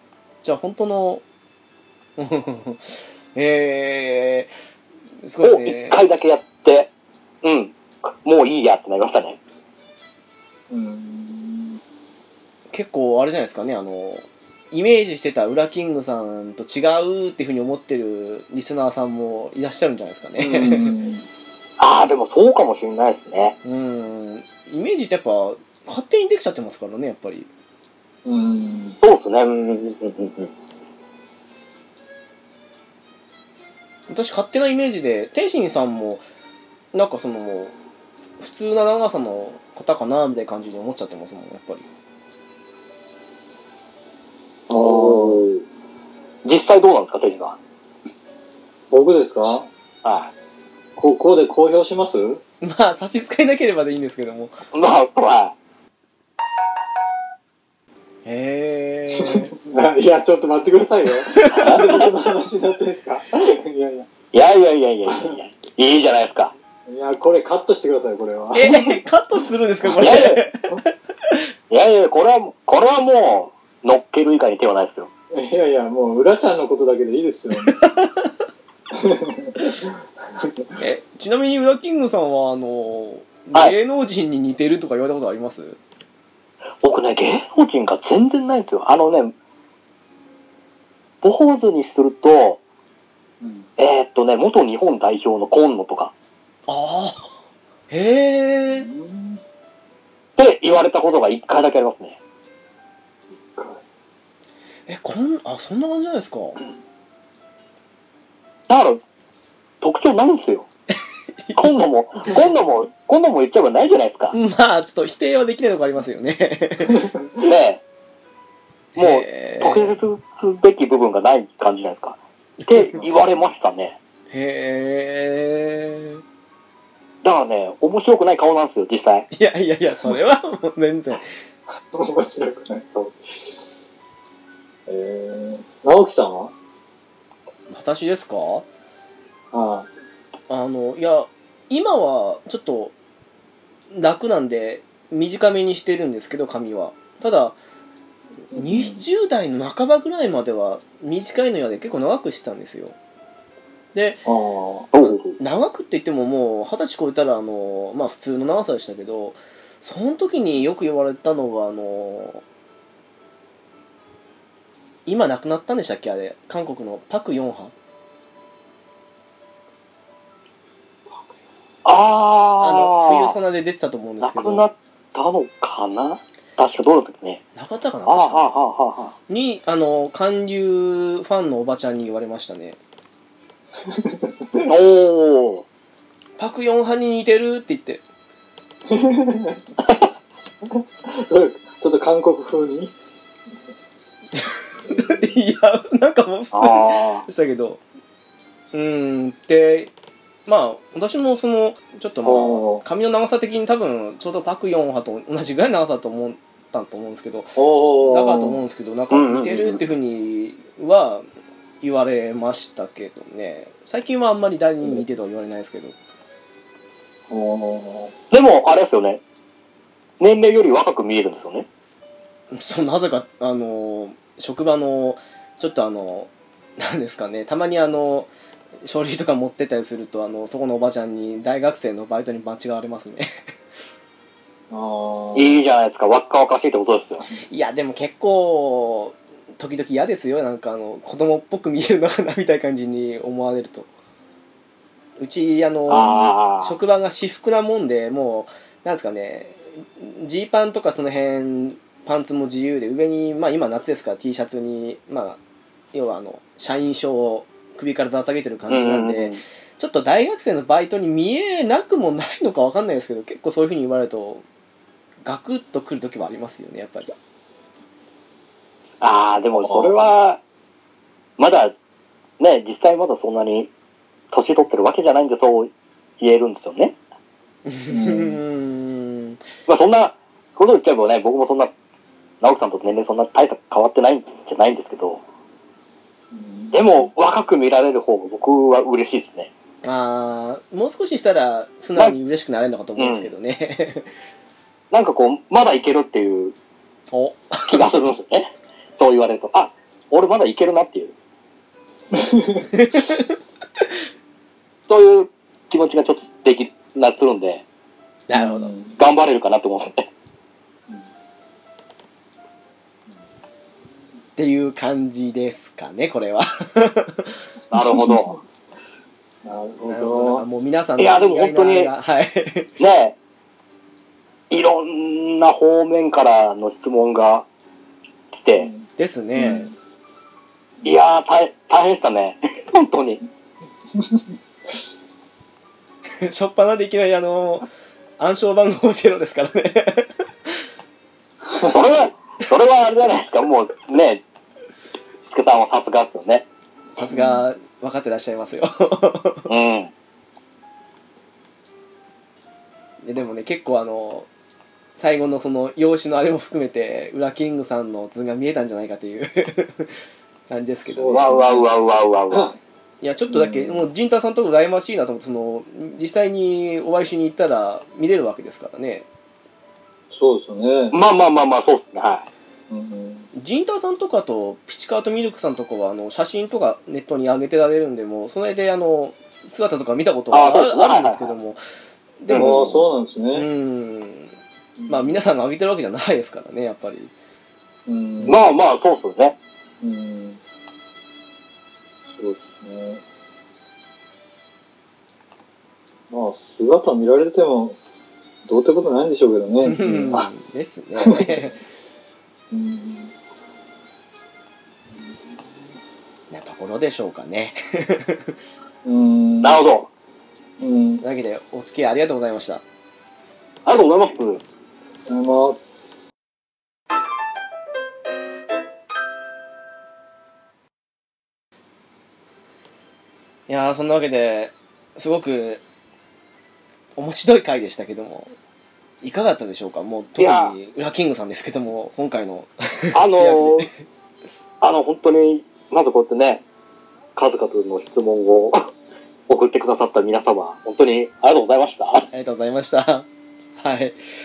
S1: じゃあ本当の えー、す
S2: いは
S1: ごいです
S2: い。を一
S1: ね
S2: 回だけやって、うん、もういいやってなりましたね。
S3: ーうん
S1: 結構あれじゃないですかねあのイメージしてたウラキングさんと違うっていうふうに思ってるリスナーさんもいらっしゃるんじゃないですか
S3: う
S1: ね
S3: ん
S2: ああ、でもそうかもしれないですね。
S1: うんイメージってやっぱ勝手にできちゃってますからねやっぱり
S3: うん
S2: そうですね。うんうんうんうんうん
S1: 私勝手なイメージで天心さんもなんかその普通な長さの方かなみたいな感じに思っちゃってますもんやっぱり
S3: あー
S2: 実際どうなんですか、手品は。
S3: 僕ですか
S2: は
S3: ここで公表します
S1: まあ差し支えなければでいいんですけども
S2: い。まあ、は
S1: へえ
S3: いや、ちょっと待ってくださいよ。なんで僕の話になってんですかいやい
S2: い。
S3: や。
S2: いやいやいやいやいやいや。いいじゃないですか。
S3: いや、これカットしてください、これは。
S1: えカットするんですかこ
S2: いやいや
S1: れ
S2: いやいや、これは、これはもう、乗っける以外に手はないですよ。
S3: いやいや、もう、裏ちゃんのことだけでいいですよ。
S1: えちなみにウラキングさんはあの
S2: はい
S1: 芸能人に似てるとか言われたことあります、
S2: 僕ね、芸能人が全然ないんですよ。あのね、坊主にすると、
S3: うん
S2: えーっとね、元日本代表の今野とか、
S1: ああへえ
S2: って言われたことが一回だけありますね。
S1: えこんあそんな感じじゃないですか
S2: だから、特徴ないんで すよ。今度も、今度も、今度も言っちゃえばないじゃないですか。
S1: まあちょっと否定はできないとこありますよ ね
S2: ねえ。もう、
S1: へ
S2: 特
S1: ー
S2: 筆すべき部分がない感じじゃないですか。って言われましたね。
S1: へえ
S2: だからね、面白くない顔なんですよ、実際。
S1: いやいやいやそれはもう全然
S3: 面白くないと。えー、直樹さんは
S1: 私ですか
S3: あ
S1: あのいや今はちょっと楽なんで短めにしてるんですけど髪はただ20代の半ばぐらいまでは短いのやで結構長くしてたんですよで
S3: あー。
S1: 長くって言ってももう二十歳超えたらあのまあ普通の長さでしたけどその時によく言われたのがあの今亡くなったんでしたっけあれ韓国のパク・ヨンハ
S2: あ
S1: あの
S2: あ
S1: 冬ソナで出てたと思うんです
S2: な
S1: け
S2: く
S1: ど
S2: なったのかな確かどうだったっけね。
S1: 中田かな
S2: ああ、
S1: 確
S2: は
S1: か
S2: あ、はあ、はあ。
S1: にあの韓流ファンのおばちゃんに言われましたね
S2: おー。
S1: パク・ヨンハンに似てるって言って
S3: ちょっと韓国風に。
S1: いやなんかもう普通に
S2: あ
S1: でしたけどうーんでまあ私もそのちょっとま
S3: お
S1: あ
S3: ー
S1: 髪の長さ的に多分ちょうどパク・ヨンハと同じぐらいの長さだと思ったと思うんですけど
S3: お
S1: だからと思うんですけ どなんか
S2: うんうんうん
S1: 似てるっていうふうには言われましたけどね最近はあんまり誰に似てとは言われないですけど
S3: おー
S2: あ。でも、あれですよね。年齢より若く見えるんですよね。
S1: そうなぜかあの職場のちょっとあのなんですかねたまにあの書類とか持ってったりするとあのそこのおばちゃんに大学生のバイトに間違われますね
S3: あー
S2: いいじゃないですか。若々しいってことですよ。
S1: いやでも結構時々嫌ですよなんかあの子供っぽく見えるのかなみたいな感じに思われるとうちあの
S2: ああ。
S1: 職場が私服なもんでもうなんですかねジーパンとかその辺パンツも自由で上に、まあ、今夏ですから T シャツに、まあ、要はあの社員証を首からぶら下げてる感じなんで、
S2: うう
S1: ちょっと大学生のバイトに見えなくもないのかわかんないですけど結構そういうふうに言われるとガクッとくる時はありますよねやっぱり
S2: ああ、でも、それは、まだ、ね、実際まだそんなに、年取ってるわけじゃないんで、そう言えるんですよね。
S1: うん
S2: まあそんなこと言っちゃえばね、僕もそんな、直樹さんと年齢そんな大差変わってないんじゃないんですけど、
S3: うん
S2: でも若く見られる方が僕は嬉しいですね。
S1: あーもう少ししたら素直に嬉しくなれるのかと思うんですけどね、
S2: なんかこう、まだいけるっていう
S1: お
S2: 気がするんですよね。 そう言われると、あ、俺まだいけるなっていう。 そういう気持ちがちょっとできなするんで、
S1: なるほど、
S3: うん
S2: 頑張れるかなと思うんですね。
S1: っていう感じですかねこれは
S2: なるほど。
S3: なるほ
S1: なるほどなんか
S3: ど。
S1: もう皆さん
S2: いやでも本当に
S1: 意外なはい
S2: ねえ、いろんな方面からの質問が来て、
S1: です
S3: う
S1: ね、
S3: ん
S2: いやー、大大変でしたね。 本当に。
S1: しょっぱなでいきなりあの暗証番号ゼロです からね
S2: それは、それはあれじゃないですか。もうね、つけさんはさすがですよね。
S1: さすが分かってらっしゃいますよ
S2: うん。
S1: ででもね結構あの最後のその用紙のあれも含めて裏キングさんの図が見えたんじゃないかという 感じですけど
S2: う
S1: ね
S2: わうわうわうわうわうわ。
S1: いやちょっとだけ、もう陣太さんと羨ましいなと思ってその実際にお会いしに行ったら見れるわけですからね
S3: そうですね。
S2: まあまあまあまあ、そうですね。は
S3: うん
S1: ジンターさんとかとピチカートミルクさんとかはあの写真とかネットに上げてられるんでもうその辺であの姿とか見たことは
S2: あそうですね
S1: ああるんですけどもで
S3: ああ、
S1: も
S3: そうなんです
S1: う
S3: ね。
S1: んまあ皆さんが上げてるわけじゃないですからねやっぱり
S3: うん
S2: い。まあまあ、そうですよね。
S3: うんそうですね。まあ、姿見られても、どうってことないんでしょうけどね。
S1: うん
S3: あ
S1: です ね
S3: うん
S1: なところでしょうかね
S3: うん。
S2: なるほど。
S3: うん。
S1: というわけでお付き合いありがとうございました
S2: ありがとうございます。
S3: まあ、
S1: いやーそんなわけですごく面白い回でしたけどもいかがだったでしょうかもう特
S2: いや
S1: に裏キングさんですけども今回の
S2: あの
S1: 主役
S2: ー、あの、本当に、まずこうやってね、数々の質問を 送ってくださった皆様、本当にありがとうございました。
S1: ありがとうございました。 はい。
S3: あ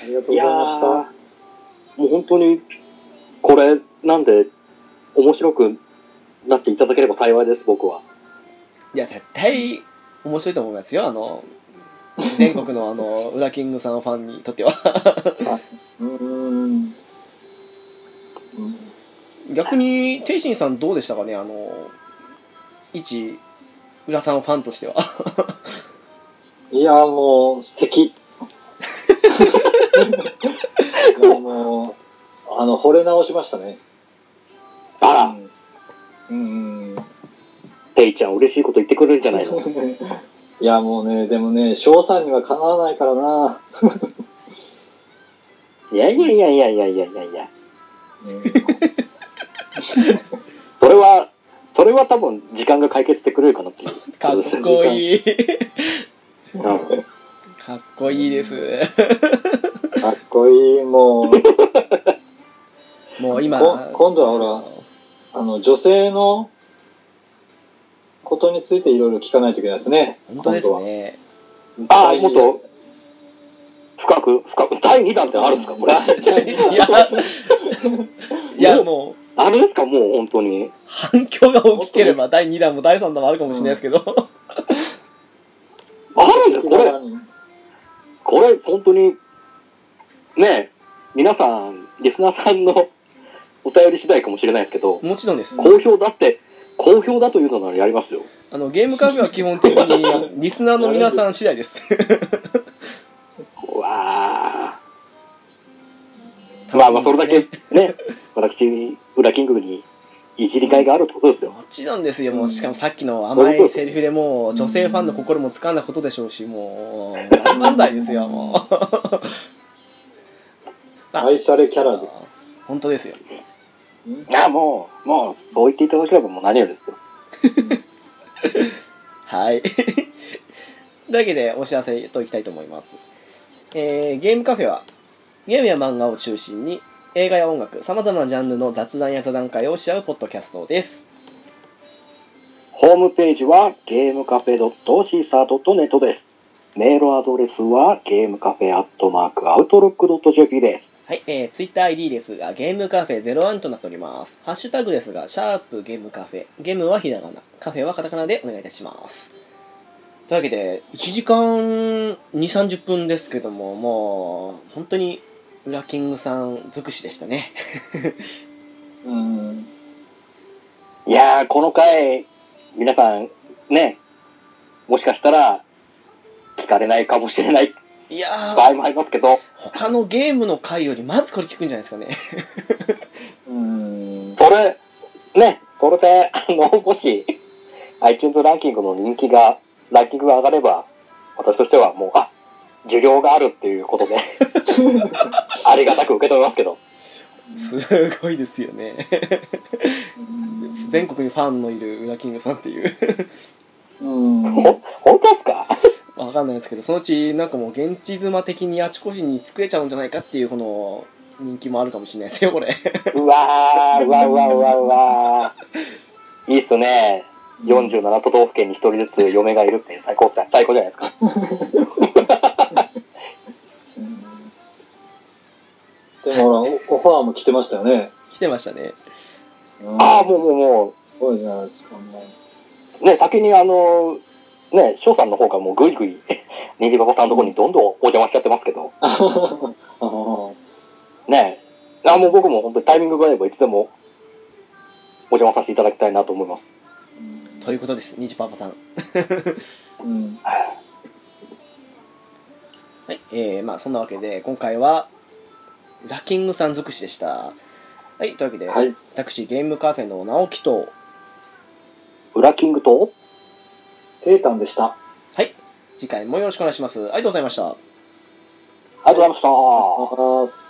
S3: りがとうございまし
S2: もう本当に、これ、なんで、面白くなっていただければ幸いです、僕は。
S1: いや、絶対面白いと思いますよ。あの、全国のあの、ウラキングさんファンにとっては。
S3: た。うん。うん
S1: 逆に、天心さんどうでしたかねあの、一、ウラさんファンとしては。
S3: いや、もう、素敵。いやもの、惚れ直しましたね。
S2: あら、
S3: うん。うん。
S2: ていちゃん嬉しいこと言ってくれるんじゃないの
S3: いや、もうね、でもね、翔さんにはかなわないからな。
S2: いやいやいやいやいやいやいやいや。
S3: うん
S2: それは、それは多分時間が解決してくれるかなっていう。
S1: かっこ
S2: い。
S1: いい
S2: うん、
S1: かっこいいです
S3: かっこいい、もう。
S1: もう今
S3: こ今度はほあの、女性のことについていろいろ聞かないといけないですね。
S1: 本当です
S3: 今度は。
S1: ね
S2: ああ、もっと深く、深く、第2弾ってあるんですかこ れ。
S1: いやいやもう
S2: あれですかもう本当に。
S1: 反響が大きければ第2弾も第3弾もあるかもしれないですけど、
S2: あるんですこれ。これ、本当に、ねえ、皆さん、リスナーさんの お便り次第かもしれないですけど、
S1: もちろんです
S2: 好評だって、好評だというのならやりますよ。
S1: あのゲームカフェは基本的にリスナーの皆さん次第です
S2: うわあ。まあまあ、それだけね、私、裏キングにいじりがいがあるってことですよ。
S1: もちろんですよもうしかもさっきの甘いセリフでもう女性ファンの心もつかんだことでしょうしもう漫才ですよもうあ
S3: 愛されキャラです。
S1: 本当ですよ
S2: ああ、もう、もう、そう言っていただければもう何よりですよ。
S1: はい。 というわけでお知らせといきたいと思います。えーゲームカフェはゲームや漫画を中心に映画や音楽、さまざまなジャンルの雑談や座談会をし合うポッドキャストです。
S2: ホームページはゲームカフェ .caesar.net です。メールアドレスはゲームカフェアットマークアウトロック .jp です。
S1: はい、えー、TwitterID ですが、ゲームカフェ01となっております。ハッシュタグですが、シャープゲームカフェ、ゲームはひらがな、カフェはカタカナでお願いいたします。というわけで、1時間2、30分ですけども、もう、本当に、裏キングさん尽くしでしたね。
S3: うん。
S2: いやー、この回、皆さん、ね、もしかしたら、聞かれないかもしれない
S1: いやー
S2: 場合もありますけど、
S1: 他のゲームの回よりまずこれ聞くんじゃないですかね
S3: うん。
S2: それ、ね、それで、あの、もし、iTunes ランキングの人気が、ランキングが上がれば、私としてはもう、あ、需要があるっていうことで、ありがたく受け止めますけど、
S1: すごいですよね全国にファンのいる裏キングさんっていう
S3: うん。
S2: ほ、本当ですか
S1: わかんないですけどそのうちなんかもう現地妻的にあちこちに作れちゃうんじゃないかっていうこの人気もあるかもしれないですよこれ
S2: うわー、うわうわうわうわいいっすね。47都道府県に一人ずつ嫁がいるっていう最高っすね最高じゃないですか。
S3: でもほら、おオファーも来てましたよね。
S1: 来てましたね
S3: うん
S2: ああ、もうもうも
S3: すごいじゃないですか。も
S2: う、ね、先にあの、ね、翔さんの方がもうぐい ぐい、にじばばさんのとこにどんどんお邪魔しちゃってますけど、
S3: う
S2: ね、ああ、もう僕も本当にタイミングがあればいつでもお邪魔させていただきたいなと思います。
S1: ということですニジパパさん
S3: うん。
S1: はいえー、まあそんなわけで今回は裏キングさん尽くしでしたはいというわけで、
S3: はい。
S1: 私ゲームカフェの直樹と
S2: 裏キングと、
S3: テータンでした。
S1: はい次回もよろしくお願いしますありがとうございました
S2: ありがとうございました。
S3: あーす